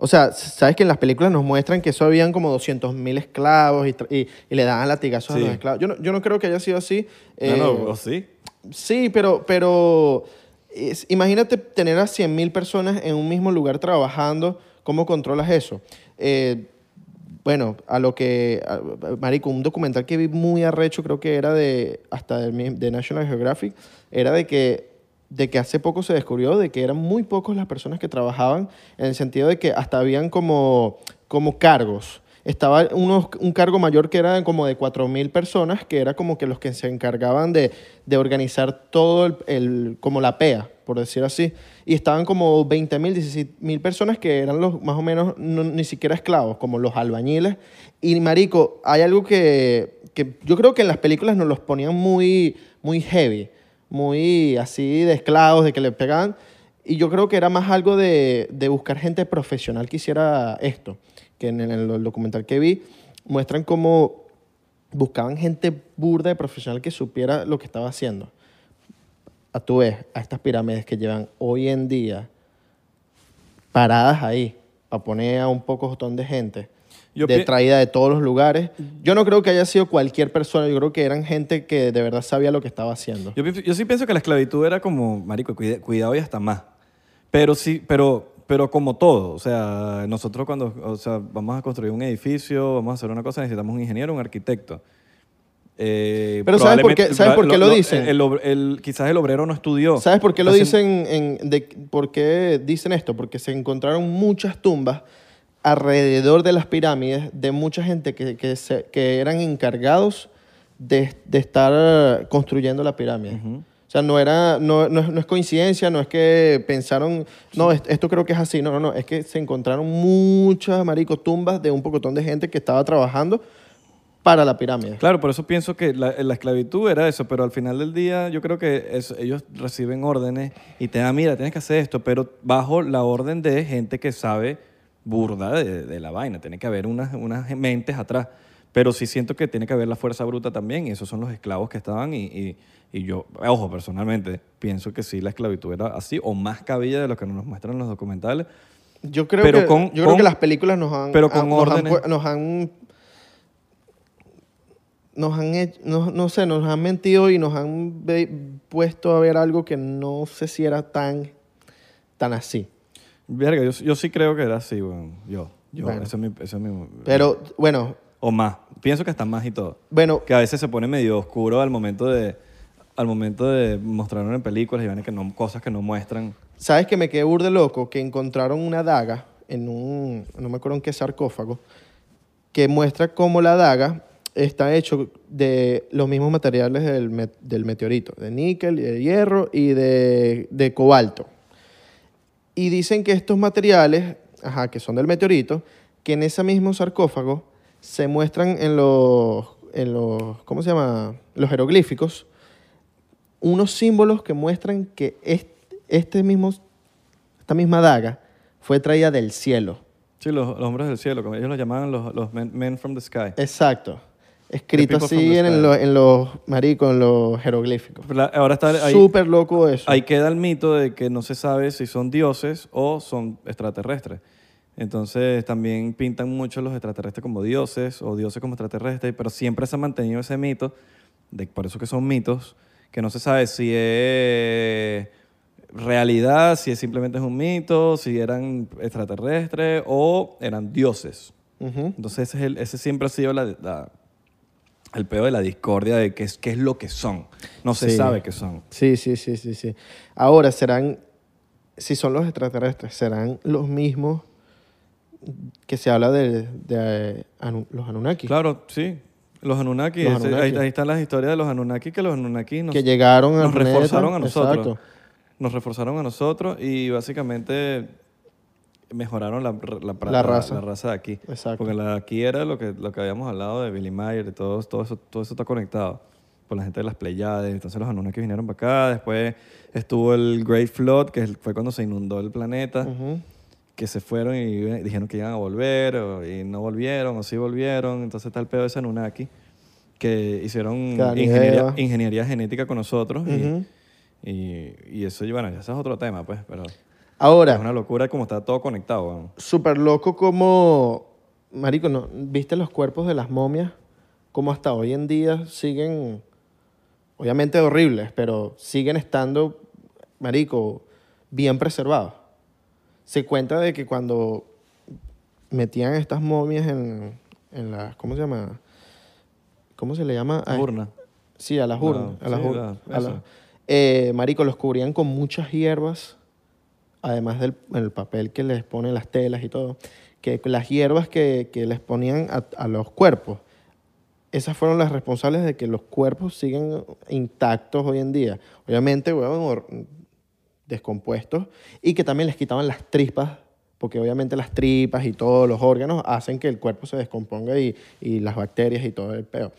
Speaker 2: O sea, sabes que en las películas nos muestran que eso habían como 200.000 esclavos y, tra- y- y le daban latigazos
Speaker 1: Sí.
Speaker 2: a los esclavos. Yo no, yo no creo que haya sido así. eh,
Speaker 1: No, no, o sí.
Speaker 2: Sí, pero, pero es- imagínate tener a 100.000 personas en un mismo lugar trabajando. ¿Cómo controlas eso? Eh, bueno, a lo que, a- a- Marico, un documental que vi muy arrecho, creo que era de, hasta del mi- de National Geographic, era de que, de que hace poco se descubrió de que eran muy pocos las personas que trabajaban, en el sentido de que hasta habían como, como cargos. Estaba unos, un cargo mayor que era como de 4.000 personas, que era como que los que se encargaban de, de organizar todo el, el- como la PEA, por decir así. Y estaban como 20.000, 16.000 personas que eran los más o menos no- ni siquiera esclavos, como los albañiles. Y marico, hay algo que, que yo creo que en las películas nos los ponían muy, muy heavy, muy así de esclavos, de que le pegaban. Y yo creo que era más algo de, de buscar gente profesional que hiciera esto, que en el, en el documental que vi muestran cómo buscaban gente burda de profesional que supiera lo que estaba haciendo. A tu vez, a estas pirámides que llevan hoy en día paradas ahí, para poner a un poco jotón de gente,
Speaker 1: Yo
Speaker 2: de
Speaker 1: pi- Mm.
Speaker 2: traída de todos los lugares. Yo no creo que haya sido cualquier persona, yo creo que eran gente que de verdad sabía lo que estaba haciendo.
Speaker 1: Yo, pi- yo sí pienso que la esclavitud era como, marico, cuide- cuidado y hasta más. Pero sí, pero, pero como todo, o sea, nosotros cuando, o sea, vamos a construir un edificio, vamos a hacer una cosa, necesitamos un ingeniero, un arquitecto. Eh,
Speaker 2: Pero ¿sabes por qué-
Speaker 1: probablemente-
Speaker 2: sabes por qué lo dicen?
Speaker 1: El, obre- el- quizás el obrero no estudió.
Speaker 2: ¿Sabes por qué lo
Speaker 1: Entonces,
Speaker 2: dicen? en- de, ¿Por qué dicen esto? Porque se encontraron muchas tumbas alrededor de las pirámides de mucha gente que, que se- que eran encargados de, de estar eh, construyendo la pirámide. O sea, no, era, no, no es, no es coincidencia, no es que pensaron, no, es- esto creo que es así. No, no, no, es que se encontraron muchas, marico, tumbas de un pocotón de gente que estaba trabajando para la pirámide.
Speaker 1: Claro, por eso pienso que la, la esclavitud era eso, pero al final del día yo creo que es- ellos reciben órdenes y te dan, mira, tienes que hacer esto, pero bajo la orden de gente que sabe burda de, de la vaina, tiene que haber unas, unas mentes atrás, pero sí siento que tiene que haber la fuerza bruta también, y esos son los esclavos que estaban, y, y- y yo, ojo, personalmente, pienso que sí, la esclavitud era así, o más cabilla de lo que nos muestran los documentales,
Speaker 2: Yo creo,
Speaker 1: Pero
Speaker 2: que,
Speaker 1: con-
Speaker 2: yo creo
Speaker 1: con-
Speaker 2: que las películas nos han.
Speaker 1: pero con
Speaker 2: han- nos han
Speaker 1: órdenes.
Speaker 2: pu- Nos han. Nos han hecho- no, no sé, nos han mentido y nos han ve- puesto a ver algo que no sé si era tan, tan así.
Speaker 1: verga, yo, yo sí creo que era así, weón. yo, yo,
Speaker 2: Bueno.
Speaker 1: eso es mi- eso es mi-
Speaker 2: Pero bueno,
Speaker 1: o más, pienso que hasta más y todo.
Speaker 2: bueno,
Speaker 1: que a veces se pone medio oscuro al momento de al momento de mostrarlo en películas y van que no, cosas que no muestran.
Speaker 2: ¿sabes que me quedé burde loco? Que encontraron una daga en un, no me acuerdo en qué sarcófago, que muestra cómo la daga está hecho de los mismos materiales del, me- del meteorito, de níquel, y de hierro y de, de cobalto. Y dicen que estos materiales, ajá, que son del meteorito, que en ese mismo sarcófago se muestran en los, en los ¿cómo se llama? Los jeroglíficos, unos símbolos que muestran que este, este mismo, esta misma daga fue traída del cielo.
Speaker 1: Sí, los, los hombres del cielo, como ellos los llamaban los, los men, men from the sky.
Speaker 2: Eh, Exacto. Escrito
Speaker 1: people from
Speaker 2: así
Speaker 1: the sky.
Speaker 2: en, lo- en los maricos, en los jeroglíficos.
Speaker 1: La- ahora está ahí,
Speaker 2: Súper loco eso.
Speaker 1: ahí queda el mito de que no se sabe si son dioses o son extraterrestres. Entonces también pintan mucho los extraterrestres como dioses o dioses como extraterrestres, pero siempre se ha mantenido ese mito, de, por eso que son mitos, que no se sabe si es realidad, si es simplemente es un mito, si eran extraterrestres o eran dioses.
Speaker 2: Ujú.
Speaker 1: Entonces ese, es el- ese siempre ha sido la, la- el peor de la discordia de qué es, qué es lo que son. No se
Speaker 2: Sí.
Speaker 1: sabe qué son.
Speaker 2: Sí, sí, sí, sí, sí. Ahora serán, si son los extraterrestres, serán los mismos que se habla de, de Anu- los Anunnaki.
Speaker 1: Claro, sí. Los Anunnaki.
Speaker 2: Los
Speaker 1: ese- ahí-
Speaker 2: Anunnaki.
Speaker 1: Ahí, están las historias de los Anunnaki, que los Anunnaki nos,
Speaker 2: que llegaron al
Speaker 1: nos
Speaker 2: planeta.
Speaker 1: reforzaron a nosotros.
Speaker 2: Exacto.
Speaker 1: Nos reforzaron a nosotros y básicamente mejoraron la, la, pra-
Speaker 2: La raza.
Speaker 1: la raza de aquí.
Speaker 2: Exacto.
Speaker 1: Porque la de aquí era lo que, lo que habíamos hablado de Billy Mayer, de todo, todo, eso, todo eso está conectado. Por la gente de las Pleiades. Entonces los Anunnaki vinieron para acá. Después estuvo el Great Flood, que fue cuando se inundó el planeta
Speaker 2: Ujú.
Speaker 1: que se fueron y dijeron que iban a volver o- y no volvieron o sí volvieron. Entonces está el pedo de ese Anunnaki que hicieron
Speaker 2: Claro, ni
Speaker 1: ingeniería,
Speaker 2: idea.
Speaker 1: ingeniería genética con nosotros y-
Speaker 2: Ujú.
Speaker 1: y, y eso, y bueno, ese es otro tema, pues, pero
Speaker 2: Ahora.
Speaker 1: es una locura como está todo conectado. weón.
Speaker 2: súper loco como, marico, ¿no? ¿viste los cuerpos de las momias? Como hasta hoy en día siguen, obviamente horribles, pero siguen estando, marico, bien preservados. Se cuenta de que cuando metían estas momias en, en las, ¿cómo se llama? ¿Cómo se le llama? A-
Speaker 1: Urna.
Speaker 2: Sí, a las urnas.
Speaker 1: No,
Speaker 2: a las
Speaker 1: sí,
Speaker 2: urnas,
Speaker 1: la-
Speaker 2: a la-
Speaker 1: eso.
Speaker 2: Eh, marico, los cubrían con muchas hierbas, además del el papel que les ponen las telas y todo, que las hierbas que, que les ponían a, a los cuerpos, esas fueron las responsables de que los cuerpos siguen intactos hoy en día. Obviamente, huevón, hor- descompuestos y que también les quitaban las tripas, porque obviamente las tripas y todos los órganos hacen que el cuerpo se descomponga y, y las bacterias y todo el peo.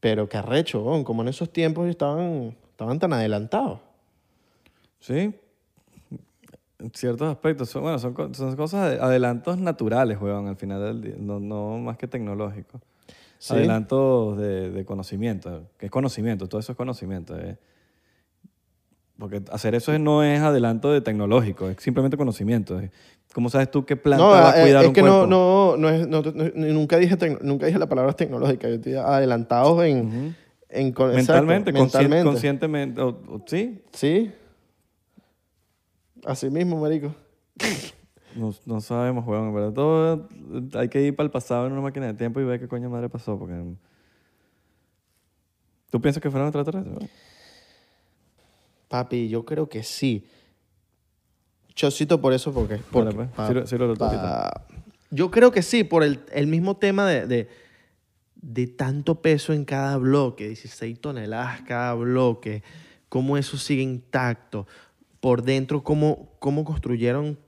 Speaker 2: Pero qué arrecho, weón, como en esos tiempos estaban, estaban tan adelantados.
Speaker 1: Sí. en ciertos aspectos, son, bueno, son, co- son cosas, de- adelantos naturales, weón, al final del día, no, no más que tecnológicos.
Speaker 2: Sí.
Speaker 1: Adelantos de, de conocimiento, que es conocimiento, todo eso es conocimiento. eh. Porque hacer eso no es adelanto de tecnológico, es simplemente conocimiento. eh. ¿Cómo sabes tú qué planta
Speaker 2: No,
Speaker 1: va a
Speaker 2: eh,
Speaker 1: cuidar
Speaker 2: es
Speaker 1: un
Speaker 2: que
Speaker 1: cuerpo?
Speaker 2: no, no, no es, no- no- nunca, dije tec- nunca dije la palabra tecnológica, yo estoy adelantado en...
Speaker 1: Ujú.
Speaker 2: en con- exacto,
Speaker 1: Mentalmente, consci-
Speaker 2: mentalmente.
Speaker 1: conscientemente, o- o- sí,
Speaker 2: Sí. Así mismo, marico.
Speaker 1: No, no sabemos, weón. En verdad, todo eh, hay que ir para el pasado en una máquina de tiempo y ver qué coño madre pasó. Porque... mm, ¿Tú piensas que fueron extraterrestres? weón?
Speaker 2: Papi, yo creo que sí. Yo cito por eso porque... porque
Speaker 1: Dale, pues.
Speaker 2: pa-
Speaker 1: Sírvelo- sírvelo tú
Speaker 2: pa- yo creo que sí, por el, el mismo tema de, de, de tanto peso en cada bloque, 16 toneladas cada bloque, cómo eso sigue intacto, por dentro, cómo, cómo construyeron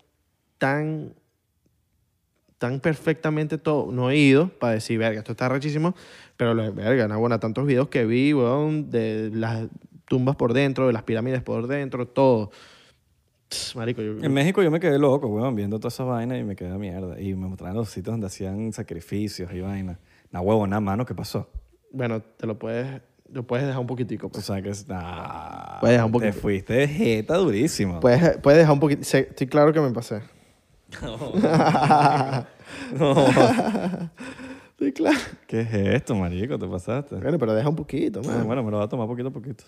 Speaker 2: tan, tan perfectamente todo. No he ido para decir, verga, esto está rechísimo, pero lo verga, no, bueno, tantos videos que vi, weón, de las tumbas por dentro, de las pirámides por dentro, todo. Pss, Marico, yo,
Speaker 1: En México yo me quedé loco, weón, viendo todas esas vainas y me quedé a mierda. Y me mostraron los sitios donde hacían sacrificios y vainas. Nah, huevo, nada, mano, ¿qué pasó?
Speaker 2: Bueno, te lo puedes, lo puedes dejar un poquitico.
Speaker 1: Tú
Speaker 2: pues.
Speaker 1: sabes que es. nah,
Speaker 2: Puedes dejar Pues,
Speaker 1: Te
Speaker 2: un poquito. Pues.
Speaker 1: fuiste de jeta durísimo.
Speaker 2: Puedes, puedes dejar un poquitico. Estoy claro que me pasé.
Speaker 1: No,
Speaker 2: Estoy claro.
Speaker 1: ¿Qué es esto, marico? ¿Te pasaste?
Speaker 2: Bueno, pero deja un poquito,
Speaker 1: Ah,
Speaker 2: man.
Speaker 1: bueno, me lo va a tomar poquito a poquito.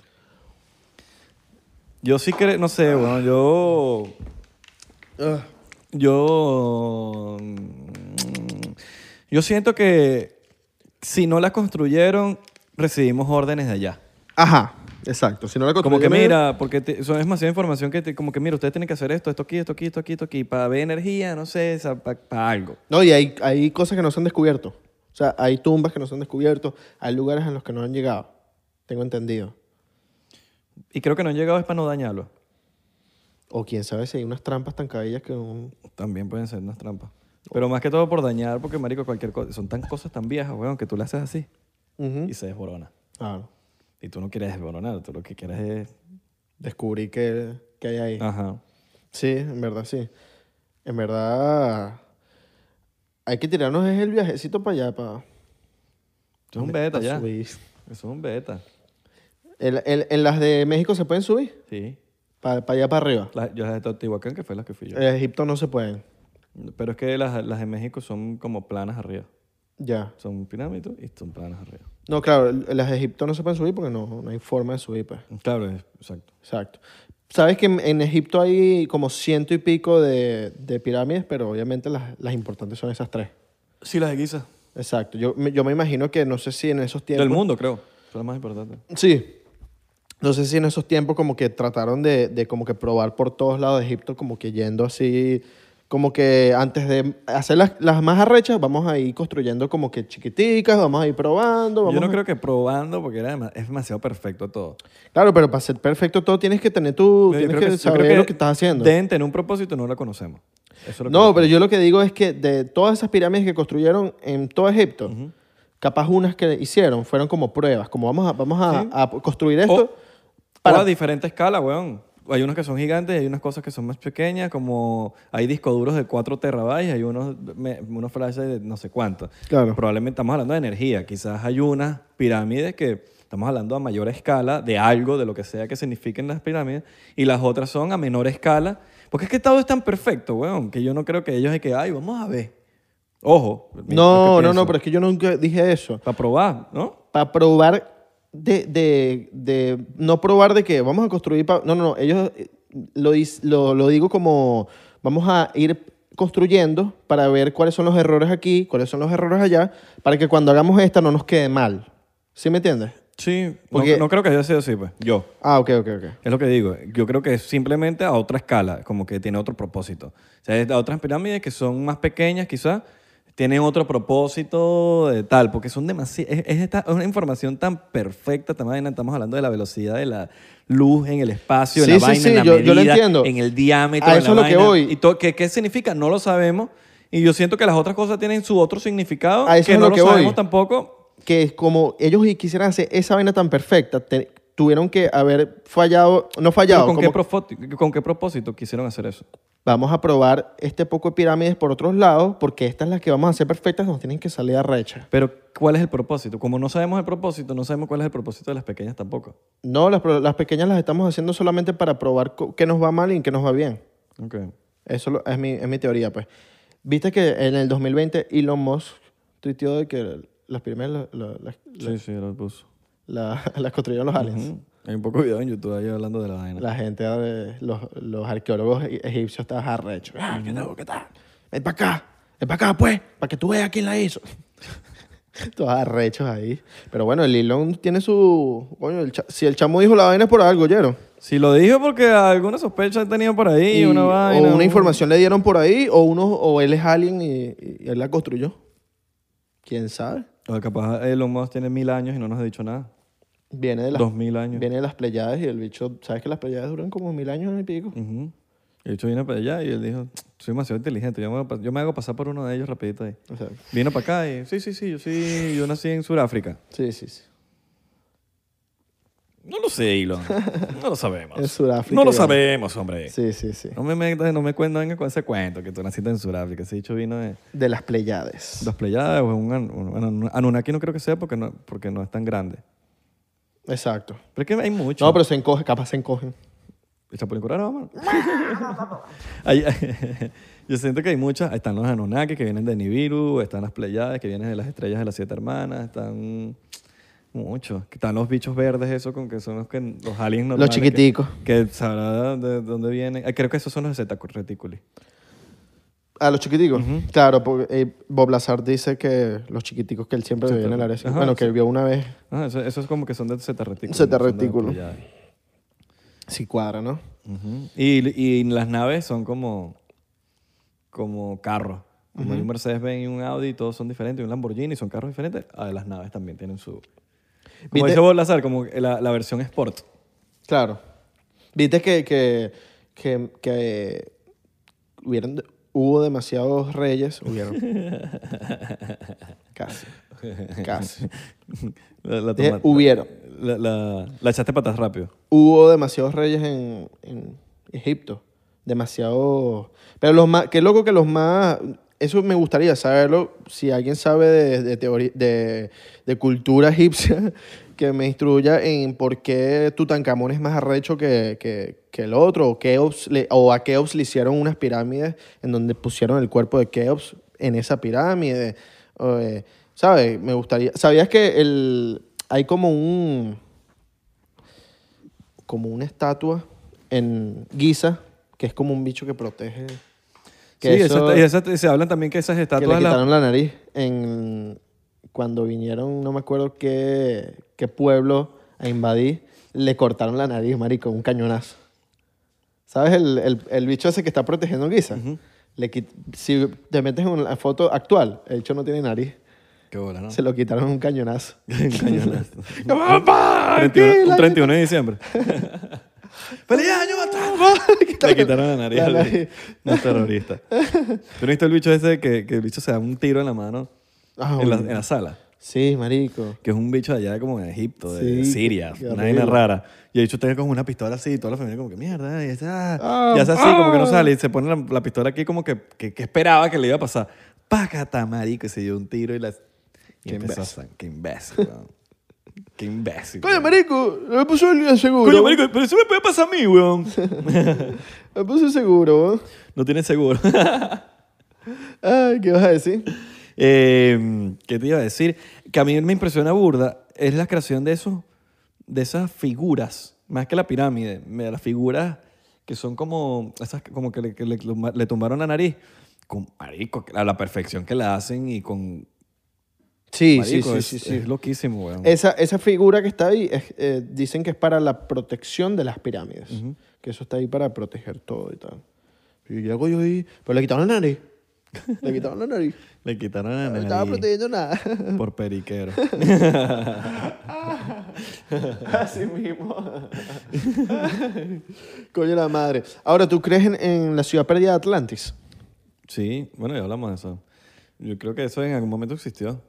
Speaker 1: Yo sí que, no sé, bueno, yo,
Speaker 2: Ugh.
Speaker 1: yo, mm, yo siento que si no la construyeron, recibimos órdenes de allá.
Speaker 2: Ajá, exacto. Si no la
Speaker 1: Como que
Speaker 2: construyes-
Speaker 1: mira, porque te- eso es demasiada información que te- como que mira, ustedes tienen que hacer esto, esto aquí, esto aquí, esto aquí, esto aquí, para ver energía, no sé, para algo.
Speaker 2: No, y hay, hay cosas que no se han descubierto. O sea, hay tumbas que no se han descubierto. Hay lugares en los que no han llegado. Tengo entendido.
Speaker 1: Y creo que no han llegado es para no dañarlo.
Speaker 2: O quién sabe si hay unas trampas tan cabellas que un-
Speaker 1: También pueden ser unas trampas. Pero más que todo por dañar, porque marico, cualquier cosa, son tan cosas tan viejas, weón, que tú le haces así
Speaker 2: Ujú.
Speaker 1: y se desborona.
Speaker 2: Claro.
Speaker 1: Y tú no quieres desboronar, tú lo que quieres es...
Speaker 2: Descubrí que, que hay ahí.
Speaker 1: Ajá.
Speaker 2: Sí, en verdad sí. En verdad. Hay que tirarnos es el viajecito para allá, para.
Speaker 1: Eso es un beta
Speaker 2: pa'
Speaker 1: ya. Eso
Speaker 2: subir.
Speaker 1: es un beta.
Speaker 2: El- el- en las de México se pueden subir,
Speaker 1: Sí.
Speaker 2: para allá para arriba.
Speaker 1: La- yo las de Teotihuacán, que fue las que fui yo.
Speaker 2: En Egipto no se pueden.
Speaker 1: Pero es que las, las de México son como planas arriba.
Speaker 2: Ya.
Speaker 1: Son pirámides y son planas arriba.
Speaker 2: No, claro, el- las de Egipto no se pueden subir porque no, no hay forma de subir, pues.
Speaker 1: Claro, es- exacto.
Speaker 2: Exacto. Sabes que en, en Egipto hay como ciento y pico de, de pirámides, pero obviamente las, las importantes son esas tres.
Speaker 1: Sí, las de Giza.
Speaker 2: Exacto. Yo, me- yo me imagino que no sé si en esos tiempos.
Speaker 1: Del mundo, creo. Son las más importantes.
Speaker 2: Sí. No sé si en esos tiempos como que trataron de, de como que probar por todos lados de Egipto, como que yendo así, como que antes de hacer las, las más arrechas, vamos a ir construyendo como que chiquiticas, vamos a ir probando. Vamos
Speaker 1: Yo no
Speaker 2: a-
Speaker 1: creo que probando, porque era dema- es demasiado perfecto todo.
Speaker 2: Claro, pero para ser perfecto todo tienes que tener tu,
Speaker 1: Yo
Speaker 2: tienes
Speaker 1: creo
Speaker 2: que,
Speaker 1: yo
Speaker 2: saber
Speaker 1: creo
Speaker 2: lo que estás haciendo.
Speaker 1: Deben tener un propósito y no lo conocemos. Eso es lo que
Speaker 2: No, pero yo lo que digo es que de todas esas pirámides que construyeron en todo Egipto, capaz unas que hicieron fueron como pruebas, como vamos a, vamos a,
Speaker 1: Sí. Oh,
Speaker 2: a construir esto.
Speaker 1: O a diferente escala, weón. Hay unos que son gigantes y hay unas cosas que son más pequeñas, como hay discos duros de 4 terabytes, hay unos, me- unos flashes de no sé cuánto.
Speaker 2: Claro.
Speaker 1: Probablemente estamos hablando de energía. Quizás hay unas pirámides que estamos hablando a mayor escala de algo, de lo que sea que signifiquen las pirámides, y las otras son a menor escala. Porque es que todo es tan perfecto, weón, que yo no creo que ellos hay que, ay, vamos a ver. Ojo.
Speaker 2: No, no, no, pero es que yo nunca dije eso.
Speaker 1: Para probar, ¿no?
Speaker 2: Para probar de, de, de- No probar de que vamos a construir... pa- no, no, no. Ellos eh, lo, dis- lo, lo digo como... Vamos a ir construyendo para ver cuáles son los errores aquí, cuáles son los errores allá, para que cuando hagamos esta no nos quede mal. ¿Sí me entiendes?
Speaker 1: Sí, no-
Speaker 2: Porque-
Speaker 1: no, creo que haya sido así, pues. Yo.
Speaker 2: Ah, ok, ok, ok.
Speaker 1: Es lo que digo. Yo creo que es simplemente a otra escala, como que tiene otro propósito. O sea, es de otras pirámides que son más pequeñas, quizás, tienen otro propósito de tal, porque son demasiado. Es, es esta- es una información tan perfecta, tan vaina. Estamos hablando de la velocidad de la luz en el espacio,
Speaker 2: Sí,
Speaker 1: en la
Speaker 2: sí,
Speaker 1: vaina,
Speaker 2: sí,
Speaker 1: en la
Speaker 2: yo- yo lo
Speaker 1: medida,
Speaker 2: entiendo.
Speaker 1: en el diámetro.
Speaker 2: A
Speaker 1: en
Speaker 2: eso
Speaker 1: la
Speaker 2: es lo que
Speaker 1: vaina.
Speaker 2: voy.
Speaker 1: ¿Y todo- qué, qué significa? No lo sabemos. Y yo siento que las otras cosas tienen su otro significado,
Speaker 2: A eso
Speaker 1: que
Speaker 2: es
Speaker 1: no
Speaker 2: lo
Speaker 1: lo
Speaker 2: que voy.
Speaker 1: sabemos tampoco.
Speaker 2: que es como ellos y quisieran hacer esa vaina tan perfecta, te- tuvieron que haber fallado, no
Speaker 1: Pero
Speaker 2: fallado,
Speaker 1: ¿con,
Speaker 2: como
Speaker 1: qué profoti- ¿Con qué propósito quisieron hacer eso?
Speaker 2: Vamos a probar este poco de pirámides por otros lados, porque estas las que vamos a hacer perfectas nos tienen que salir a recha.
Speaker 1: Pero, ¿cuál es el propósito? Como no sabemos el propósito, no sabemos cuál es el propósito de las pequeñas tampoco.
Speaker 2: No, las, pro- las pequeñas las estamos haciendo solamente para probar co- qué nos va mal y qué nos va bien.
Speaker 1: Ok.
Speaker 2: Eso lo- es, mi, es mi teoría, pues. Viste que en el 2020 Elon Musk tuiteó de que las primeras la- la- la-
Speaker 1: Sí, sí, lo puso.
Speaker 2: la- las construyeron los aliens.
Speaker 1: Ujú. Hay un poco de video en YouTube ahí hablando de Mm. la vaina.
Speaker 2: La gente, eh, los, los arqueólogos e- egipcios estaban arrechos. Ah, ¿Qué tal? ¿Qué tal? Ven para acá, ven para acá, pues, para que tú veas quién la hizo. Todos arrechos ahí. Pero bueno, el Elon tiene su... Coño, el cha- si el chamo dijo la vaina es por algo, ¿oyeron?
Speaker 1: Si lo dijo porque alguna sospecha han tenido por ahí,
Speaker 2: Y-
Speaker 1: una vaina.
Speaker 2: o
Speaker 1: un-
Speaker 2: una información le dieron por ahí, o uno, o él es alien y, y él la construyó. ¿Quién sabe?
Speaker 1: O Ah, capaz Elon Musk tiene mil años y no nos ha dicho nada.
Speaker 2: Viene de las,
Speaker 1: Dos mil años.
Speaker 2: viene de las Pleiades y el bicho, ¿sabes que las Pleiades duran como mil años y pico?
Speaker 1: Ujú. Y de hecho vino para allá y él dijo, soy demasiado inteligente, yo me, voy a pas- yo me hago pasar por uno de ellos rapidito ahí.
Speaker 2: O sea,
Speaker 1: Vino para acá y, sí, sí, sí, yo sí, yo nací en Sudáfrica.
Speaker 2: sí, sí, sí.
Speaker 1: No lo sé, Elon. No lo sabemos.
Speaker 2: En Sudáfrica.
Speaker 1: no lo
Speaker 2: ya.
Speaker 1: sabemos, hombre.
Speaker 2: Sí, sí, sí.
Speaker 1: No me metas, no me cuentas venga con ese cuento que tú naciste en Sudáfrica. Ese dicho vino de
Speaker 2: De las Pleiades.
Speaker 1: dos pleyadas o un, an- un- bueno, un Anunnaki no creo que sea porque no, porque no es tan grande.
Speaker 2: Exacto.
Speaker 1: Pero es que hay mucho.
Speaker 2: No, pero se encoge, capaz se encogen.
Speaker 1: El Chapulín Colorado, mano. Hay- yo siento que hay muchas. Están los Anunnaki que vienen de Nibiru, están las Pleiades que vienen de las estrellas de las siete hermanas, están muchos. Están los bichos verdes, eso con que son los que los aliens normales.
Speaker 2: Los
Speaker 1: que-
Speaker 2: chiquiticos.
Speaker 1: Que, sabrá de dónde vienen. Ay, creo que esos son los Zeta Reticuli.
Speaker 2: Ah, los chiquiticos. Claro, porque eh, Bob Lazar dice que los chiquiticos que él siempre veía en el área.
Speaker 1: Ajá,
Speaker 2: bueno, que vio una vez.
Speaker 1: Ah, eso, eso es como que son de Zeta Reticuli.
Speaker 2: Zeta
Speaker 1: no son de las
Speaker 2: Reticuli.
Speaker 1: Pleiades.
Speaker 2: Sí cuadra, ¿no?
Speaker 1: Ujú. y, y las naves son como, como carros. Como hay un Mercedes-Benz y un Audi, todos son diferentes. Y un Lamborghini, son carros diferentes. Ah, las naves también tienen su... Como
Speaker 2: ¿Viste?
Speaker 1: dice Bob Lazar, como la, la versión Sport.
Speaker 2: Claro. Viste que, que, que, que hubieron, hubo demasiados reyes. Hubieron. Casi. Casi.
Speaker 1: La, la,
Speaker 2: Dije,
Speaker 1: toma-
Speaker 2: hubieron.
Speaker 1: la, la- la echaste patas rápido.
Speaker 2: Hubo demasiados reyes en, en Egipto. Demasiados. Pero los más. Qué loco que los más. Eso me gustaría saberlo. Si alguien sabe de, de, teori- de, de cultura egipcia, que me instruya en por qué Tutankamón es más arrecho que, que, que el otro. O, Keops le- o a Keops le hicieron unas pirámides en donde pusieron el cuerpo de Keops en esa pirámide. o, eh, ¿Sabes? Me gustaría. ¿Sabías que el, hay como un como una estatua en Giza, que es como un bicho que protege. Que
Speaker 1: sí,
Speaker 2: eso-
Speaker 1: esas- y esas- y se hablan también que esas
Speaker 2: que le
Speaker 1: estatuas... las-
Speaker 2: quitaron la nariz en, cuando vinieron, no me acuerdo qué, qué pueblo a invadir, le cortaron la nariz, marico, un cañonazo. ¿Sabes el, el- el bicho ese que está protegiendo Giza? Le quit- si te metes en la foto actual, el bicho no tiene nariz.
Speaker 1: Qué bola, ¿no?
Speaker 2: Se lo quitaron un cañonazo.
Speaker 1: Ah. Un cañonazo.
Speaker 2: ¡Papá! aquí
Speaker 1: 31,
Speaker 2: la-
Speaker 1: un 31 de diciembre. ¡Feliz año, Batalla! Le quitaron la nariz.
Speaker 2: La
Speaker 1: al-
Speaker 2: nariz.
Speaker 1: No es terrorista. ¿Tú no viste el bicho ese que, que el bicho se da un tiro en la mano
Speaker 2: Ah,
Speaker 1: en, la,
Speaker 2: bueno.
Speaker 1: en la sala?
Speaker 2: Sí, marico.
Speaker 1: Que es un bicho de allá como de Egipto, de
Speaker 2: Sí,
Speaker 1: Siria,
Speaker 2: qué
Speaker 1: una vaina
Speaker 2: horrible.
Speaker 1: rara. Y el bicho tiene como una pistola así y toda la familia como que mierda. Y, hace, ah,
Speaker 2: Ah,
Speaker 1: y hace así como que no
Speaker 2: ah.
Speaker 1: sale y se pone la, la pistola aquí como que, que, que esperaba que le iba a pasar. Pácata, marico. Y se dio un tiro y la... y
Speaker 2: Qué
Speaker 1: empezó a
Speaker 2: imbécil.
Speaker 1: sang- Qué imbécil, weón. Qué imbécil.
Speaker 2: Coño, marico, le puso el seguro.
Speaker 1: Coño, marico, pero eso me puede pasar a mí, weón.
Speaker 2: Le puso el seguro. ¿no?
Speaker 1: No tienes seguro.
Speaker 2: Ay, ¿qué vas a decir?
Speaker 1: Eh, ¿Qué te iba a decir? Que a mí me impresiona burda es la creación de, esos, de esas figuras, más que la pirámide, me- las figuras que son como esas que- como que le, que le- le tumbaron la nariz. Con marico, a la perfección que la hacen y con
Speaker 2: Sí,
Speaker 1: marico,
Speaker 2: sí,
Speaker 1: es,
Speaker 2: sí, sí, Eh, sí.
Speaker 1: es loquísimo, weón.
Speaker 2: Esa, esa figura que está ahí, es- eh, dicen que es para la protección de las pirámides. Que eso está ahí para proteger todo y tal. Y llego yo ahí, pero le quitaron la nariz. Le quitaron la nariz.
Speaker 1: Le quitaron
Speaker 2: No
Speaker 1: la
Speaker 2: estaba
Speaker 1: nariz
Speaker 2: protegiendo nada.
Speaker 1: por periquero.
Speaker 2: Así mismo. Coño la madre. Ahora, ¿tú crees en, en la ciudad perdida de Atlantis?
Speaker 1: sí, bueno, ya hablamos de eso. Yo creo que eso en algún momento existió.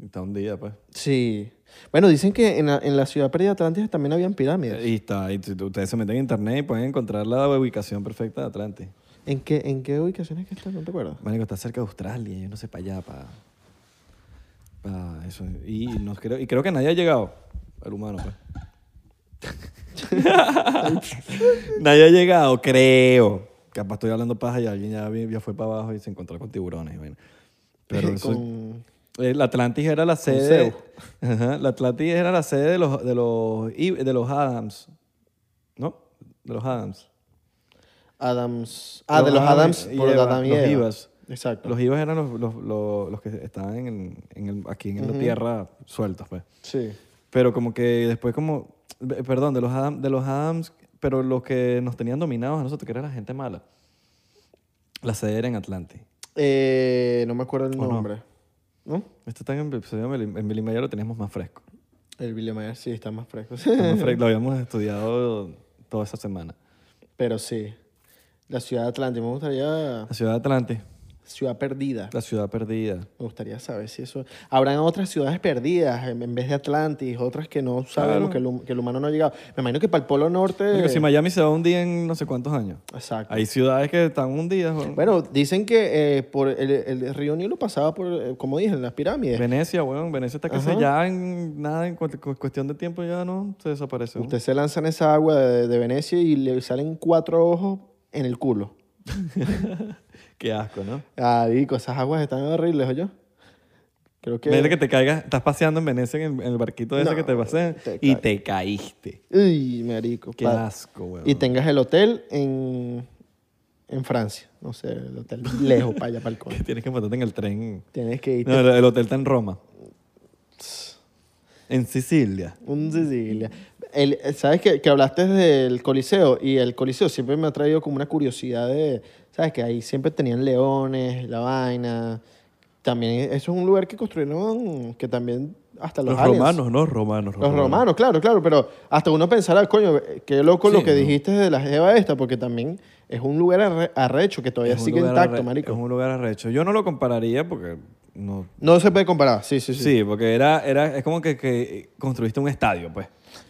Speaker 1: Está un día, pues.
Speaker 2: Sí. Bueno, dicen que en la, en la ciudad perdida de Atlantis también habían pirámides.
Speaker 1: Y está, y t- ustedes se meten en internet y pueden encontrar la ubicación perfecta de Atlantis.
Speaker 2: ¿En qué, ¿En qué ubicación es que está? No te acuerdas.
Speaker 1: Marico, está cerca de Australia, yo no sé, para allá, para... para eso. Y, no creo, y creo que nadie ha llegado, el humano, pues. nadie ha llegado, creo. Capaz estoy hablando paja y alguien ya, vi- ya fue para abajo y se encontró con tiburones. y vaina. Pero eso-
Speaker 2: Con-
Speaker 1: eh, La Atlantis era la sede. Ajá, la Atlantis era la sede de los, de los, I- de los Adams. ¿No? De los Adams.
Speaker 2: Adams. Ah, de los Adams.
Speaker 1: y
Speaker 2: por
Speaker 1: Eva,
Speaker 2: Adam y
Speaker 1: los
Speaker 2: Eva.
Speaker 1: Ivas.
Speaker 2: Exacto.
Speaker 1: Los Ivas eran los, los, los, los que estaban en, en el- aquí en la tierra sueltos, pues.
Speaker 2: Sí.
Speaker 1: Pero como que después como... eh, Perdón, de los, Adam- de los Adams, pero los que nos tenían dominados a nosotros, que era la gente mala. La sede era en Atlantis.
Speaker 2: Eh, no me acuerdo el
Speaker 1: no?
Speaker 2: nombre. ¿No?
Speaker 1: Esto está en, en, en Villimaya lo teníamos más fresco.
Speaker 2: El Billy Mayer sí está más fresco.
Speaker 1: Está más fresco, Lo habíamos estudiado toda esa semana.
Speaker 2: Pero sí. La ciudad de Atlántico. Me gustaría.
Speaker 1: La ciudad de Atlantis,
Speaker 2: Ciudad perdida.
Speaker 1: la ciudad perdida.
Speaker 2: Me gustaría saber si eso... Habrán otras ciudades perdidas en en vez de Atlantis, otras que no sabemos, que, el, hum- que el humano no ha llegado. Me imagino que para el Polo Norte...
Speaker 1: Marico, si Miami se va un día en no sé cuántos años.
Speaker 2: Exacto.
Speaker 1: Hay ciudades que están hundidas. weón.
Speaker 2: Bueno, dicen que eh, por el, el río Nilo pasaba por, eh, como dije, en las pirámides.
Speaker 1: Venecia, weón. Venecia está que se ya en nada, en cu- cu- cuestión de tiempo ya no se desaparece. weón.
Speaker 2: Usted se lanza en esa agua de, de Venecia y le salen cuatro ojos en el culo.
Speaker 1: Qué asco, ¿no?
Speaker 2: Ah, dico, esas aguas están horribles, oye. Creo que...
Speaker 1: Imagínate que te caigas, estás paseando en Venecia en el, en el barquito ese
Speaker 2: No,
Speaker 1: que te pasean
Speaker 2: te
Speaker 1: y
Speaker 2: caes.
Speaker 1: te caíste.
Speaker 2: Uy, marico.
Speaker 1: Qué
Speaker 2: pa-
Speaker 1: asco, weón.
Speaker 2: Y tengas el hotel en, en Francia. No sé, el hotel lejos para allá, para el coño.
Speaker 1: Que tienes que montarte en el tren.
Speaker 2: Tienes que irte
Speaker 1: No, el, el hotel está en Roma. En Sicilia.
Speaker 2: un Sicilia. El- ¿Sabes que, que hablaste del Coliseo? Y el Coliseo siempre me ha traído como una curiosidad de... ¿Sabes que ahí siempre tenían leones, la vaina? También eso es un lugar que construyeron que también hasta los,
Speaker 1: Los,
Speaker 2: aliens.
Speaker 1: romanos, ¿no? Romanos.
Speaker 2: Los romanos, claro, claro, pero hasta uno pensará, coño, eh, qué loco
Speaker 1: Sí,
Speaker 2: lo que
Speaker 1: ¿no?
Speaker 2: dijiste de la jeva esta, porque también es un lugar arre- arrecho que todavía
Speaker 1: Es un
Speaker 2: sigue
Speaker 1: lugar
Speaker 2: intacto,
Speaker 1: arre-
Speaker 2: marico.
Speaker 1: Es un lugar arrecho. Yo no lo compararía porque no...
Speaker 2: No se puede comparar, sí, sí, sí.
Speaker 1: Sí, porque era, era, es como que, que construiste un estadio, pues.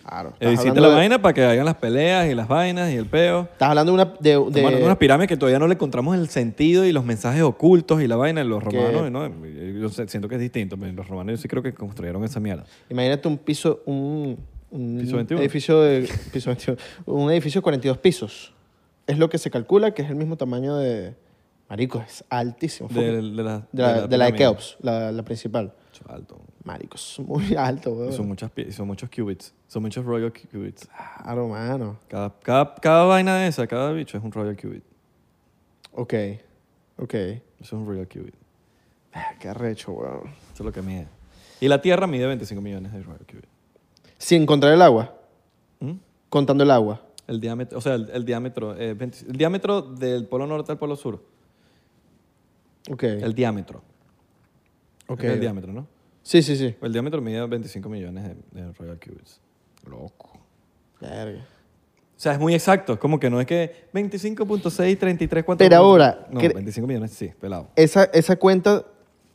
Speaker 2: Claro. estás
Speaker 1: Eh, hiciste
Speaker 2: hablando
Speaker 1: la
Speaker 2: de-
Speaker 1: vaina para que hagan las peleas y las vainas y el peo.
Speaker 2: Estás hablando de una... de- de-
Speaker 1: Estamos hablando de unas pirámides que todavía no le encontramos el sentido y los mensajes ocultos y la vaina. Los
Speaker 2: Que-
Speaker 1: romanos, ¿no? yo sé- siento que es distinto, pero los romanos yo sí creo que construyeron esa mierda.
Speaker 2: Imagínate un piso, un, un
Speaker 1: Piso 21.
Speaker 2: edificio de piso 21, un edificio de 42 pisos. Es lo que se calcula que es el mismo tamaño de Marico, es altísimo.
Speaker 1: De,
Speaker 2: fucking-
Speaker 1: de la,
Speaker 2: de la, de la de
Speaker 1: pirámide.
Speaker 2: Keops, la, la principal.
Speaker 1: Mucho alto.
Speaker 2: Marico, es muy alto,
Speaker 1: Y Son,
Speaker 2: weón.
Speaker 1: muchas, pi- y son muchos qubits. Son muchos royal qubits.
Speaker 2: Claro, mano.
Speaker 1: Cada, cada, cada vaina de esa, cada bicho es un royal qubit.
Speaker 2: Ok, ok.
Speaker 1: Eso es un royal qubit.
Speaker 2: Ah, Qué arrecho, weón.
Speaker 1: Eso es lo que mide. Y la Tierra mide 25 millones de royal qubits.
Speaker 2: Sin contar el agua,
Speaker 1: ¿Mm?
Speaker 2: contando el agua.
Speaker 1: El diámetro, o sea, el, el diámetro, eh, 20 el diámetro del polo norte al polo sur.
Speaker 2: Ok.
Speaker 1: El diámetro.
Speaker 2: ok.
Speaker 1: El diámetro, ¿no?
Speaker 2: Sí, sí, sí.
Speaker 1: El diámetro mide 25 millones de, de royal qubits. Loco.
Speaker 2: Verga.
Speaker 1: O sea, es muy exacto. Es como que no es que 25.633, ¿cuánto?
Speaker 2: Pero ahora,
Speaker 1: No,
Speaker 2: cre-
Speaker 1: 25 millones, sí, pelado.
Speaker 2: esa, esa cuenta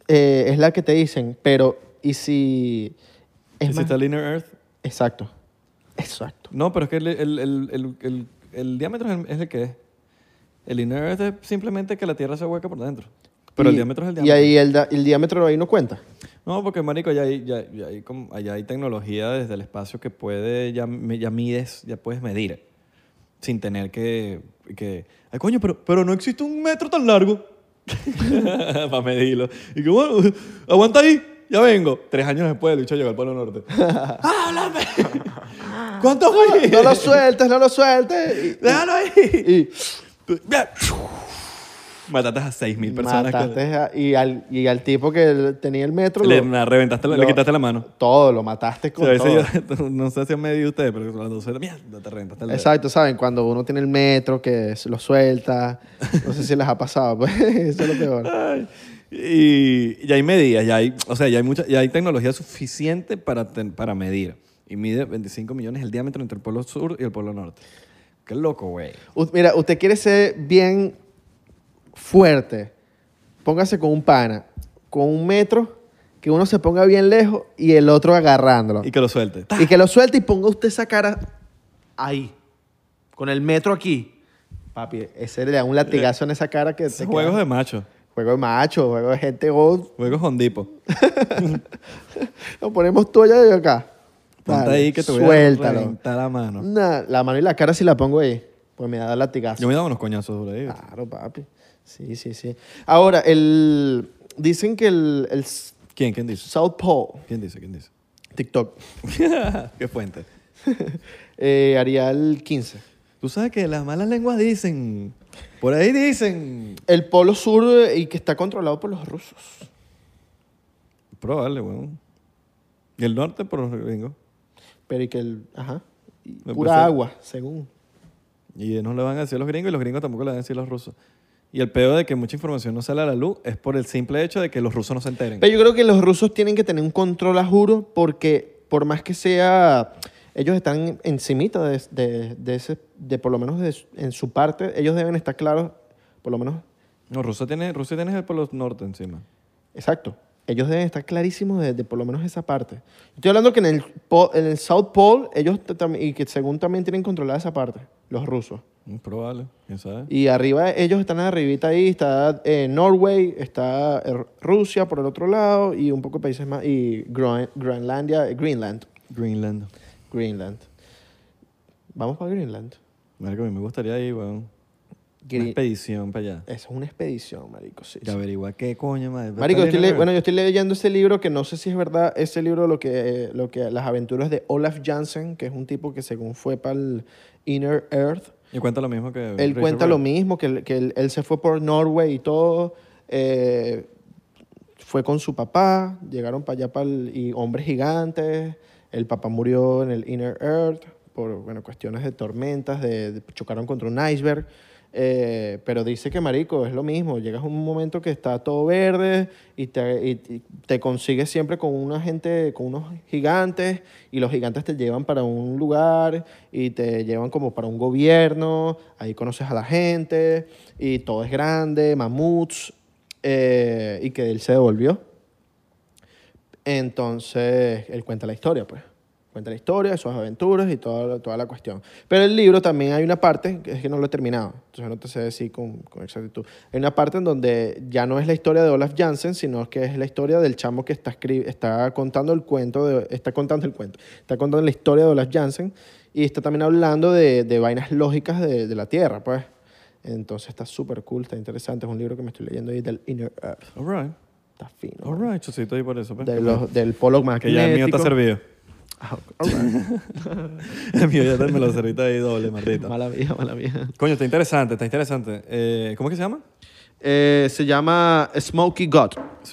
Speaker 2: eh, es la que te dicen, pero ¿y si es
Speaker 1: ¿Y si
Speaker 2: más?
Speaker 1: está linear Earth?
Speaker 2: Exacto. Exacto.
Speaker 1: No, pero es que el, el- el- el- el- el diámetro es el, es el que es. El linear Earth es simplemente que la Tierra se hueca por dentro. Pero el
Speaker 2: Y-
Speaker 1: diámetro es el
Speaker 2: Y
Speaker 1: diámetro.
Speaker 2: ahí el, da- el diámetro ahí no cuenta.
Speaker 1: No, porque marico, ya hay, ya, ya hay como- allá hay tecnología desde el espacio que puede, ya, me- ya mides, ya puedes medir. Sin tener que, que ay coño, pero, pero no existe un metro tan largo para medirlo. Y que bueno, aguanta ahí, ya vengo. Tres años después el bicho llegó al Polo Norte. ¡Háblame! ¿Cuánto fue?
Speaker 2: No lo sueltes, no lo sueltes.
Speaker 1: ¡Déjalo
Speaker 2: Y,
Speaker 1: ahí!
Speaker 2: y
Speaker 1: Mataste a seis mil personas. que-
Speaker 2: mataste a- y, al, y al tipo que el- tenía el metro,
Speaker 1: le,
Speaker 2: lo-
Speaker 1: na- reventaste la- le
Speaker 2: lo-
Speaker 1: quitaste la mano.
Speaker 2: todo, lo mataste
Speaker 1: O
Speaker 2: con
Speaker 1: sea, a
Speaker 2: todo.
Speaker 1: veces yo- no sé si han medido ustedes, pero cuando suena, mierda, te reventas el dedo.
Speaker 2: Exacto, ¿saben? Cuando uno tiene el metro que se lo suelta. No sé si les ha pasado, pues eso es lo peor.
Speaker 1: Ay, Y ya hay medidas, ya hay, o sea, ya hay, mucha, ya hay tecnología suficiente para, ten- para medir. Y mide 25 millones el diámetro entre el polo sur y el polo norte. Qué loco, güey.
Speaker 2: U- Mira, usted quiere ser bien fuerte. Póngase con un pana, con un metro, que uno se ponga bien lejos y el otro agarrándolo.
Speaker 1: Y que lo suelte.
Speaker 2: Y que lo suelte y ponga usted esa cara ahí, con el metro aquí. Papi, ese le da un latigazo en esa cara que te
Speaker 1: Juegos
Speaker 2: queda-
Speaker 1: de macho.
Speaker 2: Juego de macho, juego de gente gold.
Speaker 1: Juegos hondipo.
Speaker 2: Lo ponemos tú allá y yo acá.
Speaker 1: Ponte
Speaker 2: Dale,
Speaker 1: ahí que te voy a
Speaker 2: Suéltalo.
Speaker 1: reventar la mano.
Speaker 2: Nah, la mano y la cara si la pongo ahí, pues me da latigazo.
Speaker 1: Yo me daba unos coñazos por ahí.
Speaker 2: Claro, papi. Sí, sí, sí. Ahora, el... dicen que el, el S-
Speaker 1: ¿Quién? ¿Quién dice?
Speaker 2: South Pole,
Speaker 1: ¿Quién dice? ¿Quién dice?
Speaker 2: TikTok,
Speaker 1: ¿Qué fuente?
Speaker 2: eh, haría el 15.
Speaker 1: Tú sabes que las malas lenguas dicen. Por ahí dicen.
Speaker 2: El Polo Sur eh, y que está controlado por los rusos.
Speaker 1: Probable, weón. Y el norte por los gringos.
Speaker 2: Pero y que el... Ajá. Y
Speaker 1: Me
Speaker 2: Pura
Speaker 1: puse-
Speaker 2: agua, según.
Speaker 1: Y no le van a decir a los gringos y los gringos tampoco le van a decir a los rusos. Y el peor de que mucha información no sale a la luz es por el simple hecho de que los rusos no se enteren.
Speaker 2: Pero yo creo que los rusos tienen que tener un control a juro porque por más que sea, ellos están encimita de, de, de ese, de por lo menos de su- en su parte, ellos deben estar claros, por lo menos,
Speaker 1: No, Rusia tiene, Rusia tiene el polo norte encima.
Speaker 2: exacto, ellos deben estar clarísimos de, de por lo menos esa parte. Estoy hablando que en el, po- en el South Pole, ellos t- tam- y que según también tienen controlada esa parte, los rusos.
Speaker 1: Mm, Probable, quién sabe.
Speaker 2: Y arriba, ellos están arribita ahí, está eh, Norway, está eh, Rusia por el otro lado y un poco de países más, y Groen- Groenlandia, eh, Greenland.
Speaker 1: Greenland.
Speaker 2: Greenland. Vamos para Greenland.
Speaker 1: Marico, a mí me gustaría ir, weón. Una
Speaker 2: Gre-
Speaker 1: expedición para allá.
Speaker 2: Esa es una expedición, marico. Sí,
Speaker 1: Y
Speaker 2: sí.
Speaker 1: averigua qué coño, madre.
Speaker 2: Marico,
Speaker 1: Está
Speaker 2: estoy le-
Speaker 1: leyendo-
Speaker 2: bueno, yo estoy leyendo ese libro que no sé si es verdad. Ese libro, lo que, lo que las aventuras de Olaf Jansen, que es un tipo que según fue para el Inner Earth,
Speaker 1: Y cuenta lo mismo que.
Speaker 2: él
Speaker 1: Richard
Speaker 2: cuenta lo
Speaker 1: Wright.
Speaker 2: mismo, que, él- que él, él se fue por Norway y todo. eh, fue con su papá, llegaron para allá para y hombres gigantes. El papá murió en el Inner Earth por bueno, cuestiones de tormentas, de, de- chocaron contra un iceberg. eh, pero dice que, marico, es lo mismo. Llegas a un momento que está todo verde y te, y- y te consigues siempre con una gente, con unos gigantes y los gigantes te llevan para un lugar y te llevan como para un gobierno. Ahí conoces a la gente y todo es grande, mamuts eh, y que él se devolvió. Entonces, él cuenta la historia, pues. Cuenta la historia, sus aventuras y toda, toda la cuestión. Pero el libro también hay una parte, que es que no lo he terminado, entonces no te sé decir con, con exactitud. Hay una parte en donde ya no es la historia de Olaf Jansen, sino que es la historia del chamo que está, escri- está contando el cuento, de, está contando el cuento, está contando la historia de Olaf Jansen y está también hablando de, de vainas lógicas de, de la Tierra, pues. Entonces está súper cool, está interesante, es un libro que me estoy leyendo ahí del Inner Earth.
Speaker 1: All right.
Speaker 2: Está fino.
Speaker 1: All right, chocito ahí por eso. pues.
Speaker 2: De los- del polo
Speaker 1: Que
Speaker 2: magnético.
Speaker 1: ya el mío está servido.
Speaker 2: Ah, all right.
Speaker 1: El mío ya te- me lo serviste ahí doble, maldito.
Speaker 2: mala mía, mala mía.
Speaker 1: Coño, está interesante, está interesante. Eh, ¿Cómo es que se llama?
Speaker 2: Eh, se llama Smoky God.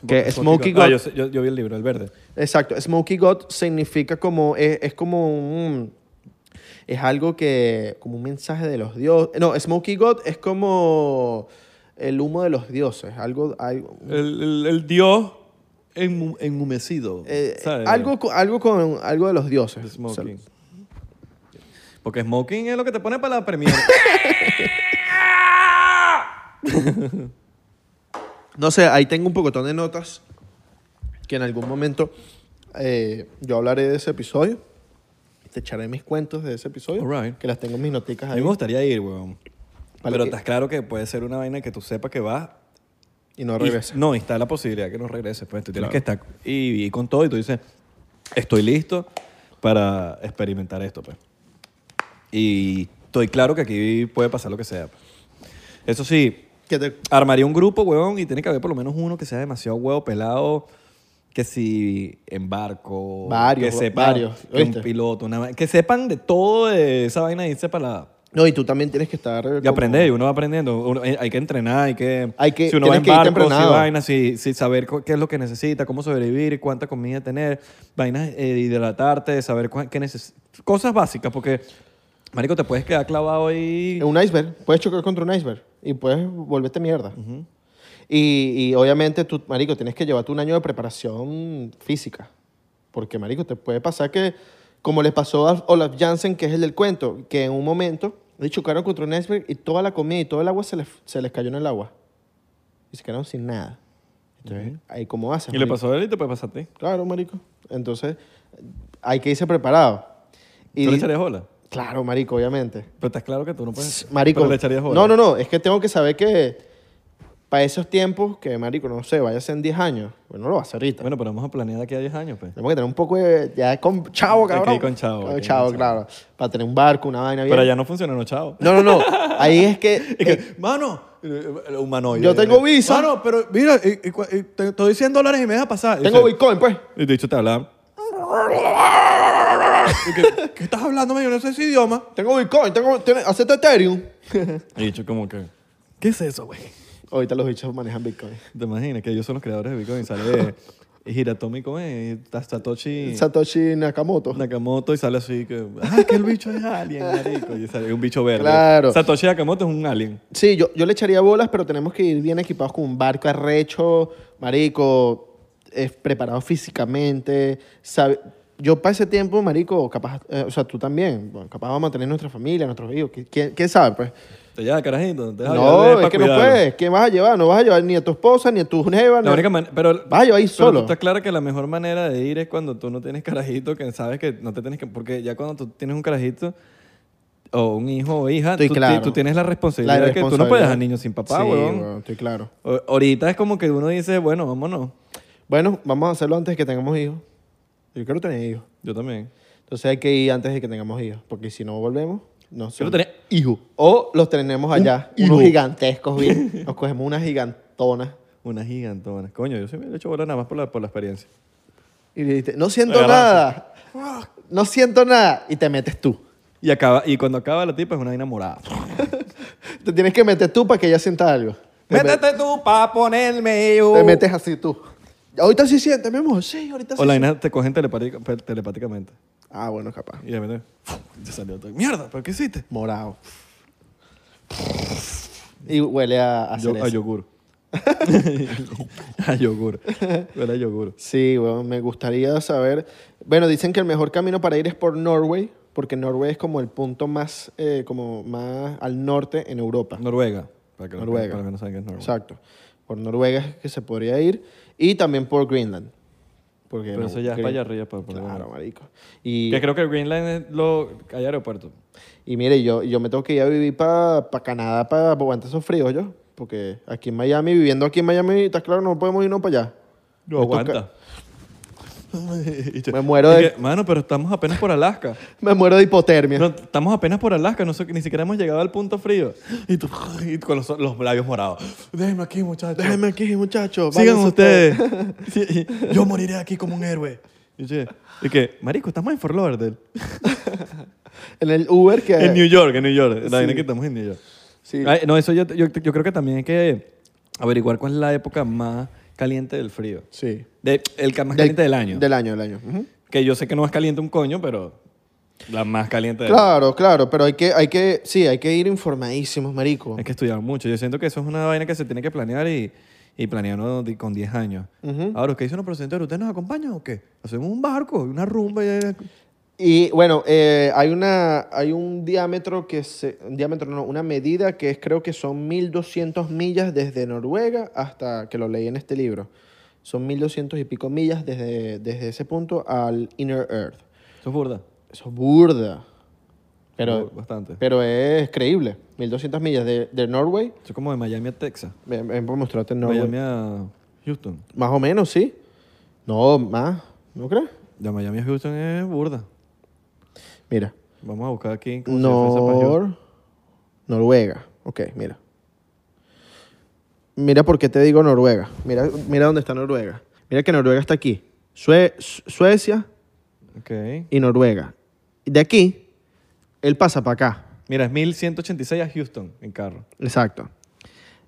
Speaker 2: que Smoky God.
Speaker 1: Ah, yo, sé- yo- yo vi el libro, el verde.
Speaker 2: Exacto. Smoky God significa como. Es, es como un. Es algo que. Como un mensaje de los dioses. No, Smoky God es como. El humo de los dioses. Algo. algo
Speaker 1: El, el, el dios enmu- enhumecido.
Speaker 2: eh,
Speaker 1: ¿sabes?
Speaker 2: algo, co- algo con algo de los dioses.
Speaker 1: Smoking.
Speaker 2: O sea,
Speaker 1: Porque smoking es lo que te pone para la premier.
Speaker 2: no sé, ahí tengo un pocotón de notas que en algún momento eh, yo hablaré de ese episodio. Te echaré mis cuentos de ese episodio.
Speaker 1: All right.
Speaker 2: Que las tengo en mis noticas
Speaker 1: A mí
Speaker 2: ahí.
Speaker 1: me gustaría ir, weón.
Speaker 2: Vale,
Speaker 1: Pero
Speaker 2: que-
Speaker 1: estás claro que puede ser una vaina que tú sepas que vas.
Speaker 2: Y no
Speaker 1: y-
Speaker 2: regreses.
Speaker 1: no, y está la posibilidad que no regreses. Pues tú tienes
Speaker 2: Claro.
Speaker 1: que estar y, y con todo y tú dices, estoy listo para experimentar esto, pues. Y estoy claro que aquí puede pasar lo que sea. pues. Eso sí,
Speaker 2: Que te-
Speaker 1: armaría un grupo, weón, y tiene que haber por lo menos uno que sea demasiado huevo pelado. Que si en barco.
Speaker 2: Varios,
Speaker 1: que sepa
Speaker 2: varios,
Speaker 1: que un
Speaker 2: ¿oíste?
Speaker 1: piloto, una va- que sepan de todo de esa vaina y sepa la.
Speaker 2: No, y tú también tienes que estar.
Speaker 1: Y aprender, y uno va aprendiendo. Uno- eh, hay que entrenar, hay que.
Speaker 2: Hay que-
Speaker 1: si uno va
Speaker 2: tienes
Speaker 1: en
Speaker 2: que irte
Speaker 1: barco, si
Speaker 2: entrenado.
Speaker 1: vaina, si, si saber co- qué es lo que necesita, cómo sobrevivir, cuánta comida tener, vainas, eh, hidratarte, saber cua- qué neces- Cosas básicas, porque, Marico, te puedes quedar clavado ahí.
Speaker 2: En un iceberg. Puedes chocar contra un iceberg y puedes volverte mierda. y, y obviamente tú, marico, tienes que llevarte un año de preparación física. Porque, marico, te puede pasar que, como le pasó a Olaf Jansen, que es el del cuento, que en un momento le chocaron contra un iceberg y toda la comida y todo el agua se les, se les cayó en el agua. Y se quedaron sin nada. Entonces, ahí cómo haces.
Speaker 1: Y le
Speaker 2: marico?
Speaker 1: pasó a él y te puede pasar a ti.
Speaker 2: Claro, marico. Entonces, hay que irse preparado.
Speaker 1: ¿Tú le
Speaker 2: di-
Speaker 1: echarías bola?
Speaker 2: Claro, marico, obviamente.
Speaker 1: Pero estás claro que tú no puedes.
Speaker 2: Marico.
Speaker 1: Pues, Pero le echarías bola.
Speaker 2: No, no, no. Es que tengo que saber que para esos tiempos, que marico, no sé, vaya a ser en 10 años. Bueno, no lo va a hacer ahorita.
Speaker 1: Bueno, pero vamos a planear de aquí a 10 años, pues.
Speaker 2: Tenemos que tener un poco de... Ya con chavo,
Speaker 1: Aquí
Speaker 2: cabrón.
Speaker 1: con chavo,
Speaker 2: Con
Speaker 1: aquí
Speaker 2: chavo,
Speaker 1: con
Speaker 2: claro. Para tener un barco, una vaina bien.
Speaker 1: Pero allá no funcionó, no, chao.
Speaker 2: No, no, no. Ahí es que... eh,
Speaker 1: Y que, mano, eh, eh, humanoide.
Speaker 2: Yo tengo visa.
Speaker 1: Mano, pero mira, eh, eh, cua- eh, te te doy 100 dólares y me deja pasar. Y
Speaker 2: tengo
Speaker 1: dice-
Speaker 2: Bitcoin, pues.
Speaker 1: Y de hecho te hablaba. Y que, ¿Qué estás hablando, man? Yo no sé ese idioma.
Speaker 2: Tengo Bitcoin. Tengo... tiene- Acepta Ethereum.
Speaker 1: Y dicho como que, ¿qué es eso, güey?
Speaker 2: Ahorita los bichos manejan Bitcoin.
Speaker 1: ¿Te imaginas que ellos son los creadores de Bitcoin? Sale eh, Hiratomi, ¿cómo es? eh, Satoshi
Speaker 2: Satoshi Nakamoto.
Speaker 1: Nakamoto y sale así que, ah, que el bicho es alien, marico. Y sale un bicho verde.
Speaker 2: Claro.
Speaker 1: Satoshi Nakamoto es un alien.
Speaker 2: Sí, yo, yo le echaría bolas, pero tenemos que ir bien equipados con un barco arrecho, marico, eh, preparado físicamente. sabe- Yo para ese tiempo, marico, capaz, eh, o sea, tú también, bueno, capaz vamos a tener nuestra familia, nuestros hijos, ¿qui- ¿quién, quién sabe, pues?
Speaker 1: Te lleva carajito. Te deja llevar de-
Speaker 2: no,
Speaker 1: pa'
Speaker 2: es que no
Speaker 1: cuidarlo.
Speaker 2: puedes, ¿quién vas a llevar? No vas a llevar ni a tu esposa, ni a tu neva, ni
Speaker 1: La
Speaker 2: a-
Speaker 1: única man- pero,
Speaker 2: Vas a llevar ahí
Speaker 1: pero tú
Speaker 2: solo.
Speaker 1: estás claro que la mejor manera de ir es cuando tú no tienes carajito, que sabes que no te tienes que... Porque ya cuando tú tienes un carajito o un hijo o hija,
Speaker 2: Estoy
Speaker 1: tú, ti-
Speaker 2: claro.
Speaker 1: tú tienes la responsabilidad,
Speaker 2: La
Speaker 1: de que tú no puedes
Speaker 2: irresponsabilidad.
Speaker 1: dejar niños sin papá,
Speaker 2: Sí,
Speaker 1: huevón.
Speaker 2: huevón, estoy claro.
Speaker 1: O- Ahorita es como que uno dice, bueno, vámonos.
Speaker 2: Bueno, vamos a hacerlo antes de que tengamos hijos. Yo quiero tener hijos.
Speaker 1: Yo también.
Speaker 2: Entonces hay que ir antes de que tengamos hijos, porque si no volvemos, no sé.
Speaker 1: Quiero tener hijo.
Speaker 2: O los tenemos allá,
Speaker 1: higo.
Speaker 2: unos gigantescos, bien. Nos cogemos unas gigantonas.
Speaker 1: Una gigantona. Coño, yo sí me he hecho bola nada más por la, por la experiencia.
Speaker 2: Y le dices, no siento
Speaker 1: Agarraste.
Speaker 2: nada. No siento nada. Y te metes tú.
Speaker 1: Y, acaba, y cuando acaba la tipa es una vaina morada.
Speaker 2: Te tienes que meter tú para que ella sienta algo. Te, me-
Speaker 1: tú pa' ponerme yo.
Speaker 2: te metes así tú. Ahorita sí siente, mi amor. Sí, ahorita sí.
Speaker 1: O la vaina te cogen telepática- pe- telepáticamente.
Speaker 2: siente. Ah, bueno, capaz.
Speaker 1: Y de repente, te salió todo. Mierda, ¿pero qué hiciste?
Speaker 2: Morado. Y huele a, a
Speaker 1: Yo-
Speaker 2: cereza.
Speaker 1: a yogur. a yogur. Huele a yogur.
Speaker 2: Sí, bueno, me gustaría saber. Bueno, dicen que el mejor camino para ir es por Norway, porque Norway es como el punto más, eh, como más al norte en Europa.
Speaker 1: Noruega. Para que,
Speaker 2: Noruega.
Speaker 1: para que no saben que es Noruega.
Speaker 2: Exacto. Por Noruega es que se podría ir y también por Greenland. Porque
Speaker 1: Pero
Speaker 2: no,
Speaker 1: eso ya es
Speaker 2: Green-
Speaker 1: para allá arriba. Para, para-
Speaker 2: Claro, marico. Y,
Speaker 1: Que creo que Greenland es lo... Hay aeropuerto.
Speaker 2: y mire, yo, yo me tengo que ir a vivir para Canadá para aguantar esos fríos yo. Porque aquí en Miami, viviendo aquí en Miami, estás claro, no podemos irnos para allá.
Speaker 1: No
Speaker 2: Me toca-
Speaker 1: aguanta. Y yo-
Speaker 2: Me muero
Speaker 1: y
Speaker 2: de-
Speaker 1: que, Mano, pero estamos apenas por Alaska.
Speaker 2: Me muero de hipotermia.
Speaker 1: No, estamos apenas por Alaska, no sé- ni siquiera hemos llegado al punto frío. Y tú, y con los, los labios morados. Déjenme aquí, muchachos.
Speaker 2: Déjenme aquí, muchachos.
Speaker 1: Sigan
Speaker 2: váyanse
Speaker 1: ustedes. Sí, y yo moriré aquí como un héroe. Y yo, y que, marico, estamos en Fort Lauderdale.
Speaker 2: En el Uber que...
Speaker 1: En New York, en New York. La vaina que estamos en New York.
Speaker 2: Sí.
Speaker 1: Ay, no, eso yo, yo, yo creo que también hay que averiguar cuál es la época más caliente del frío.
Speaker 2: Sí.
Speaker 1: De- el ca- más caliente del año.
Speaker 2: Del año, del año. Ujú.
Speaker 1: Que yo sé que no es caliente un coño, pero la más caliente del
Speaker 2: Claro, claro, pero hay que, hay que, sí, hay que ir informadísimos, marico.
Speaker 1: Hay que estudiar mucho. Yo siento que eso es una vaina que se tiene que planear y, y planearlo di- con 10 años. Ahora, ¿qué dice una presentadora? ¿Ustedes nos acompañan o qué? Hacemos un barco, una rumba. y-
Speaker 2: Y bueno, eh, hay, una, hay un diámetro que se, un diámetro no, una medida que es, creo que son 1200 millas desde Noruega hasta, que lo leí en este libro, son 1200 y pico millas desde, desde ese punto al Inner Earth.
Speaker 1: Eso es burda.
Speaker 2: Eso es burda, pero,
Speaker 1: Bu- Bastante.
Speaker 2: pero es creíble, 1200 millas de, de Norway,
Speaker 1: Eso es como de Miami a Texas.
Speaker 2: ven, ven por mostrarte Norway.
Speaker 1: Miami a Houston.
Speaker 2: Más o menos, sí. No, más, ¿no crees?
Speaker 1: De Miami a Houston es burda.
Speaker 2: Mira.
Speaker 1: Vamos a buscar aquí. cómo se hace esa pa' Houston.
Speaker 2: Nor... Noruega. Ok, mira. Mira por qué te digo Noruega. Mira, mira dónde está Noruega. Mira que Noruega está aquí. Sue- Su- Suecia
Speaker 1: Ok.
Speaker 2: y Noruega. Y De aquí, él pasa para acá.
Speaker 1: Mira, es 1186 a Houston en carro.
Speaker 2: Exacto.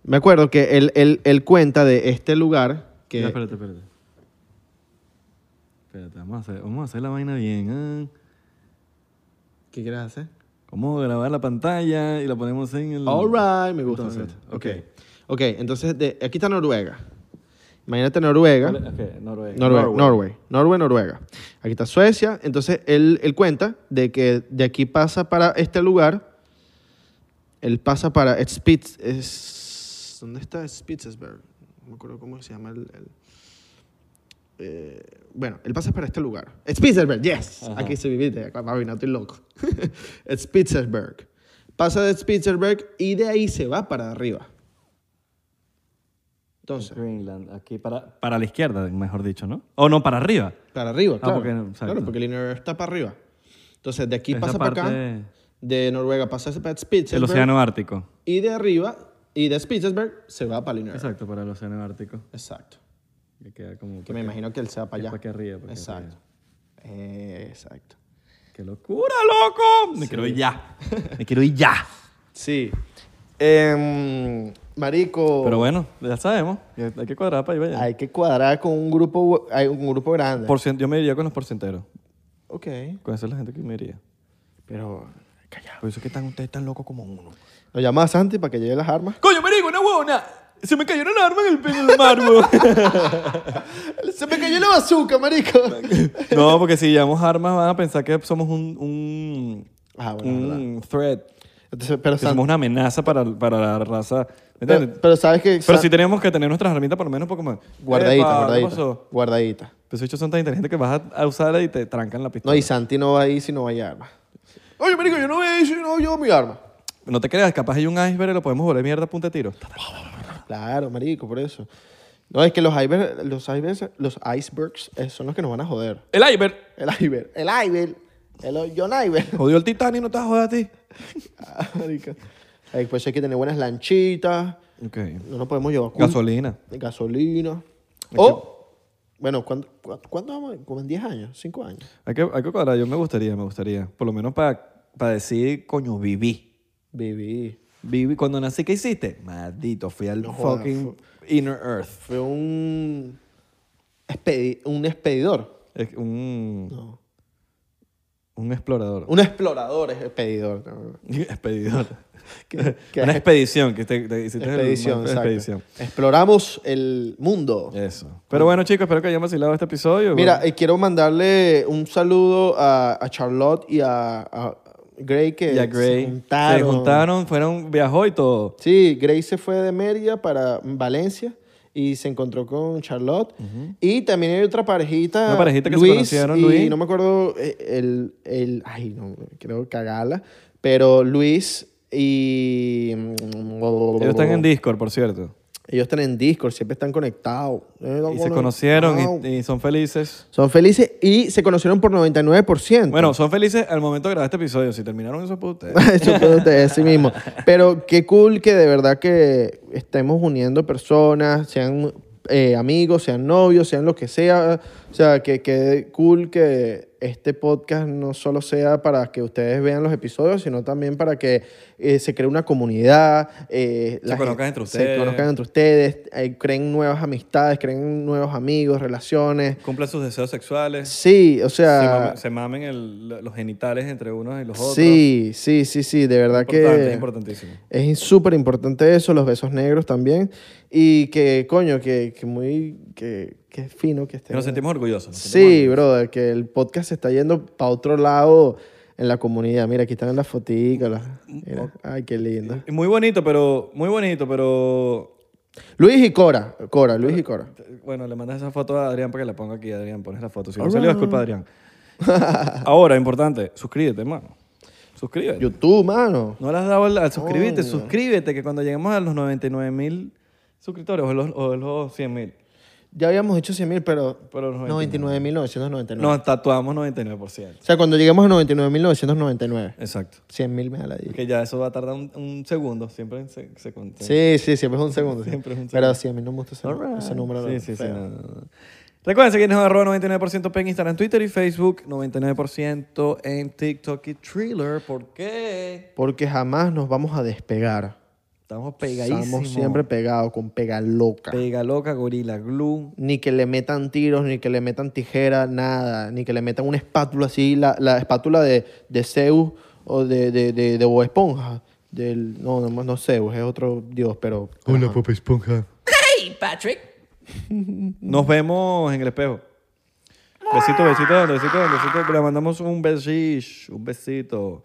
Speaker 2: Me acuerdo que él, él- él cuenta de este lugar que...
Speaker 1: Ya, espérate, espérate. Espérate, vamos a hacer, vamos a hacer la vaina bien.
Speaker 3: ¿eh?
Speaker 1: ah.
Speaker 2: ¿Qué quieres hacer?
Speaker 1: Vamos a grabar la pantalla y la ponemos en el...
Speaker 2: All right, me gusta. me
Speaker 1: Entonces,
Speaker 2: gusta. ok. Ok, entonces de, aquí está Noruega. Imagínate Noruega.
Speaker 1: Ok, Noruega.
Speaker 2: Noruega, Norway. Norway, Noruega. Aquí está Suecia. Entonces, él, él cuenta de que de aquí pasa para este lugar. Él pasa para Spitz... es- ¿Dónde está Spitzberg? No me acuerdo cómo se llama el... el- eh, bueno, el pase es para este lugar. Spitzenberg, yes. Aquí se viviste, acá, papi, no estoy loco. Spitzenberg. Pasa de Spitzenberg y de ahí se va para arriba. Entonces,
Speaker 3: Greenland, aquí para, para la izquierda, mejor dicho, ¿no? O no, para arriba.
Speaker 2: para arriba, claro.
Speaker 3: Ah, porque no, exacto.
Speaker 2: claro, porque el interior está para arriba. Entonces, de aquí
Speaker 3: Es la
Speaker 2: pasa para acá,
Speaker 3: parte-
Speaker 2: de Noruega pasa para
Speaker 3: el
Speaker 2: Spitzenberg.
Speaker 3: océano Ártico.
Speaker 2: Y de arriba, y de Spitzenberg, se va para el interior.
Speaker 3: Exacto, para el océano Ártico.
Speaker 2: Exacto.
Speaker 3: Que queda como...
Speaker 2: Que me imagino que él se va para
Speaker 3: que
Speaker 2: allá.
Speaker 3: pa' que arriba, pa' que
Speaker 2: Exacto. Eh, exacto.
Speaker 3: ¡Qué locura, loco! Me quiero ir ya. Me quiero ir ya.
Speaker 2: Sí. Em, marico,
Speaker 1: Pero bueno, ya sabemos. Oh. ya Hay que cuadrar para ir allá.
Speaker 2: hay que cuadrar con un grupo, hay un grupo grande.
Speaker 1: Por cien- yo me iría con los porcenteros.
Speaker 2: Ok.
Speaker 1: Con esa es la gente que me iría.
Speaker 2: Pero, callado.
Speaker 1: Por eso es que están ustedes tan locos como uno.
Speaker 2: Lo llamas a Santi para que lleve las armas.
Speaker 1: ¡Coño, marico, una huevona! Se me cayó una arma en el, en el mar, huevón.
Speaker 2: Se me cayó la bazooka, marico.
Speaker 1: No, porque si llevamos armas van a pensar que somos un, un,
Speaker 2: Ah, bueno, es
Speaker 3: Mm.
Speaker 2: verdad.
Speaker 1: un threat.
Speaker 2: Entonces, pero,
Speaker 1: Que
Speaker 2: San-
Speaker 1: somos una amenaza para, para la raza. ¿Me entiendes?
Speaker 2: pero, pero sabes que...
Speaker 1: Pero
Speaker 2: San-
Speaker 1: sí tenemos que tener nuestras herramientas por lo menos Pokémon.
Speaker 2: Guardadita,
Speaker 1: Epa, ¿qué
Speaker 2: guardadita.
Speaker 1: pasó?
Speaker 2: Guardadita.
Speaker 1: Pues esos bichos son tan inteligentes que vas a, a usarla y te trancan la pistola.
Speaker 2: No, y Santi no va ahí si no hay armas. Oye, marico, yo no voy a ir si no llevo mi arma.
Speaker 1: No te creas, capaz hay un iceberg y lo podemos volver mierda a punta de tiro.
Speaker 2: Claro, marico, por eso. No, es que los icebergs, los icebergs, los icebergs eh, son los que nos van a joder.
Speaker 1: El iceberg
Speaker 2: El iceberg, el iceberg, el John iceberg.
Speaker 1: jodió el Titanic, no te vas a joder a ti.
Speaker 2: Ah, marica. Eh, Después hay que tener buenas lanchitas.
Speaker 1: Ok.
Speaker 2: No nos podemos llevar cul-
Speaker 1: Gasolina.
Speaker 2: Gasolina. O, bueno, ¿cuándo, cu- cuándo vamos? a- Como en 10 años, 5 años.
Speaker 1: Hay que, hay que cuadrar. Yo me gustaría, me gustaría. Por lo menos para decir, coño, viví.
Speaker 2: Viví.
Speaker 1: Viví. Cuando nací, ¿qué hiciste? Maldito, fui al
Speaker 2: jodas,
Speaker 1: fucking inner earth.
Speaker 2: Fue un, expedi- un expedidor.
Speaker 1: Es un,
Speaker 2: No.
Speaker 1: un explorador.
Speaker 2: Un explorador es expedidor. no, no.
Speaker 1: expedidor.
Speaker 2: ¿Qué- qué
Speaker 1: Una
Speaker 2: es?
Speaker 1: expedición que te, te hiciste. el-
Speaker 2: Expedición,
Speaker 1: una
Speaker 2: exacto.
Speaker 1: expedición. Eh,
Speaker 2: Exploramos el mundo.
Speaker 1: Eso. Pero bueno, chicos, espero que hayan vacilado este episodio.
Speaker 2: Mira, eh, quiero mandarle un saludo a, a Charlotte y a, a Gray que
Speaker 1: Bueno, ya Gray.
Speaker 2: eh, se juntaron.
Speaker 1: Se juntaron, fueron, viajó y todo.
Speaker 2: Sí, Gray se fue de Mérida para Valencia y se encontró con Charlotte. Y también hay otra parejita.
Speaker 1: Una parejita que se conocieron,
Speaker 2: y
Speaker 1: Luis.
Speaker 2: no me acuerdo eh, el, el- Ay, no, quiero cagarla. Pero Luis y...
Speaker 1: Ellos están en Discord, por cierto.
Speaker 2: Ellos están en Discord, siempre están conectados.
Speaker 1: Y se conocieron y, y son felices.
Speaker 2: Son felices y se conocieron por 99%.
Speaker 1: Bueno, son felices al momento de grabar este episodio. Si terminaron eso, pues ustedes.
Speaker 2: Eso puede ustedes sí mismo. Pero qué cool que de verdad que estemos uniendo personas, sean eh, amigos, sean novios, sean lo que sea. O sea, que qué cool que este podcast no solo sea para que ustedes vean los episodios, sino también para que eh, se cree una comunidad. eh,
Speaker 1: Se
Speaker 2: la
Speaker 1: conozcan
Speaker 2: gente-
Speaker 1: entre
Speaker 2: Se
Speaker 1: ustedes.
Speaker 2: conozcan entre ustedes, eh, creen nuevas amistades, creen nuevos amigos, relaciones.
Speaker 1: Cumplan sus deseos sexuales.
Speaker 2: Sí, o sea...
Speaker 1: se mamen, se mamen el- los genitales entre unos y los otros.
Speaker 2: Sí, sí, sí, sí, de verdad
Speaker 1: Importante,
Speaker 2: que...
Speaker 1: importantísimo.
Speaker 2: Es súper importante eso, los besos negros también. Y que, coño, que, que muy. que, que fino que esté.
Speaker 1: Que nos sentimos orgullosos. nos sentimos
Speaker 2: Sí, brother, que el podcast se está yendo para otro lado en la comunidad. Mira, aquí están las fotitos. Ay, qué lindo.
Speaker 1: orgullosos. Muy bonito, pero. Muy bonito, pero.
Speaker 2: Luis y Cora. Cora, Luis y Cora.
Speaker 1: Bueno, le mandas esa foto a Adrián para que la ponga aquí. Adrián, pones la foto. Si no salió, es culpa de Adrián. Ahora, importante, suscríbete, hermano. Suscríbete.
Speaker 2: YouTube, mano.
Speaker 1: No le has dado al, al suscribirte. Suscríbete, que cuando lleguemos a los 99 mil suscriptores o los, o los 100 mil,
Speaker 2: Ya habíamos dicho 100 mil, pero.
Speaker 1: Pero los
Speaker 2: 99.999.
Speaker 1: nos tatuamos 99%.
Speaker 2: O sea, cuando lleguemos a 99.999.
Speaker 1: Exacto.
Speaker 2: 100 mil me da la idea.
Speaker 1: Que ya eso va a tardar un, un segundo. Siempre se, se cuenta.
Speaker 2: Sí, sí, siempre es un segundo. sí.
Speaker 1: Siempre es un
Speaker 2: Pero sí, a mí no me gusta ese,
Speaker 1: Alright.
Speaker 2: ese número.
Speaker 1: Sí,
Speaker 2: no,
Speaker 1: sí, sí,
Speaker 2: feo.
Speaker 1: no, no, no. Recuerden seguirnos en arroba 99% P en Instagram, Twitter y Facebook, 99% en TikTok y Thriller. ¿Por qué?
Speaker 2: Porque jamás nos vamos a despegar.
Speaker 1: Estamos pegadísimos.
Speaker 2: Estamos siempre pegados con pega loca.
Speaker 1: Pega loca, gorila, glue.
Speaker 2: ni que le metan tiros, ni que le metan tijera, nada. Ni que le metan una espátula así, la, la espátula de, de Zeus o de, de, de, de Bob Esponja. Del, no, no, no Zeus, es otro dios, pero...
Speaker 4: Hola, Pop Esponja.
Speaker 1: Nos vemos en el espejo. Besito, besito, besito, besito. Le mandamos un besish, un besito.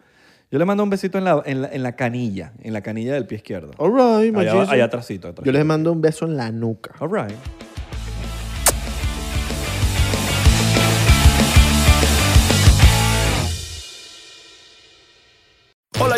Speaker 1: Yo le mando un besito en la, en la, en la canilla, en la canilla del pie izquierdo.
Speaker 2: All right, my
Speaker 1: Allá,
Speaker 2: Jesus.
Speaker 1: allá atrásito, atrásito.
Speaker 2: Yo les mando un beso en la nuca.
Speaker 1: All right.
Speaker 4: Hola,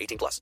Speaker 5: 18 plus.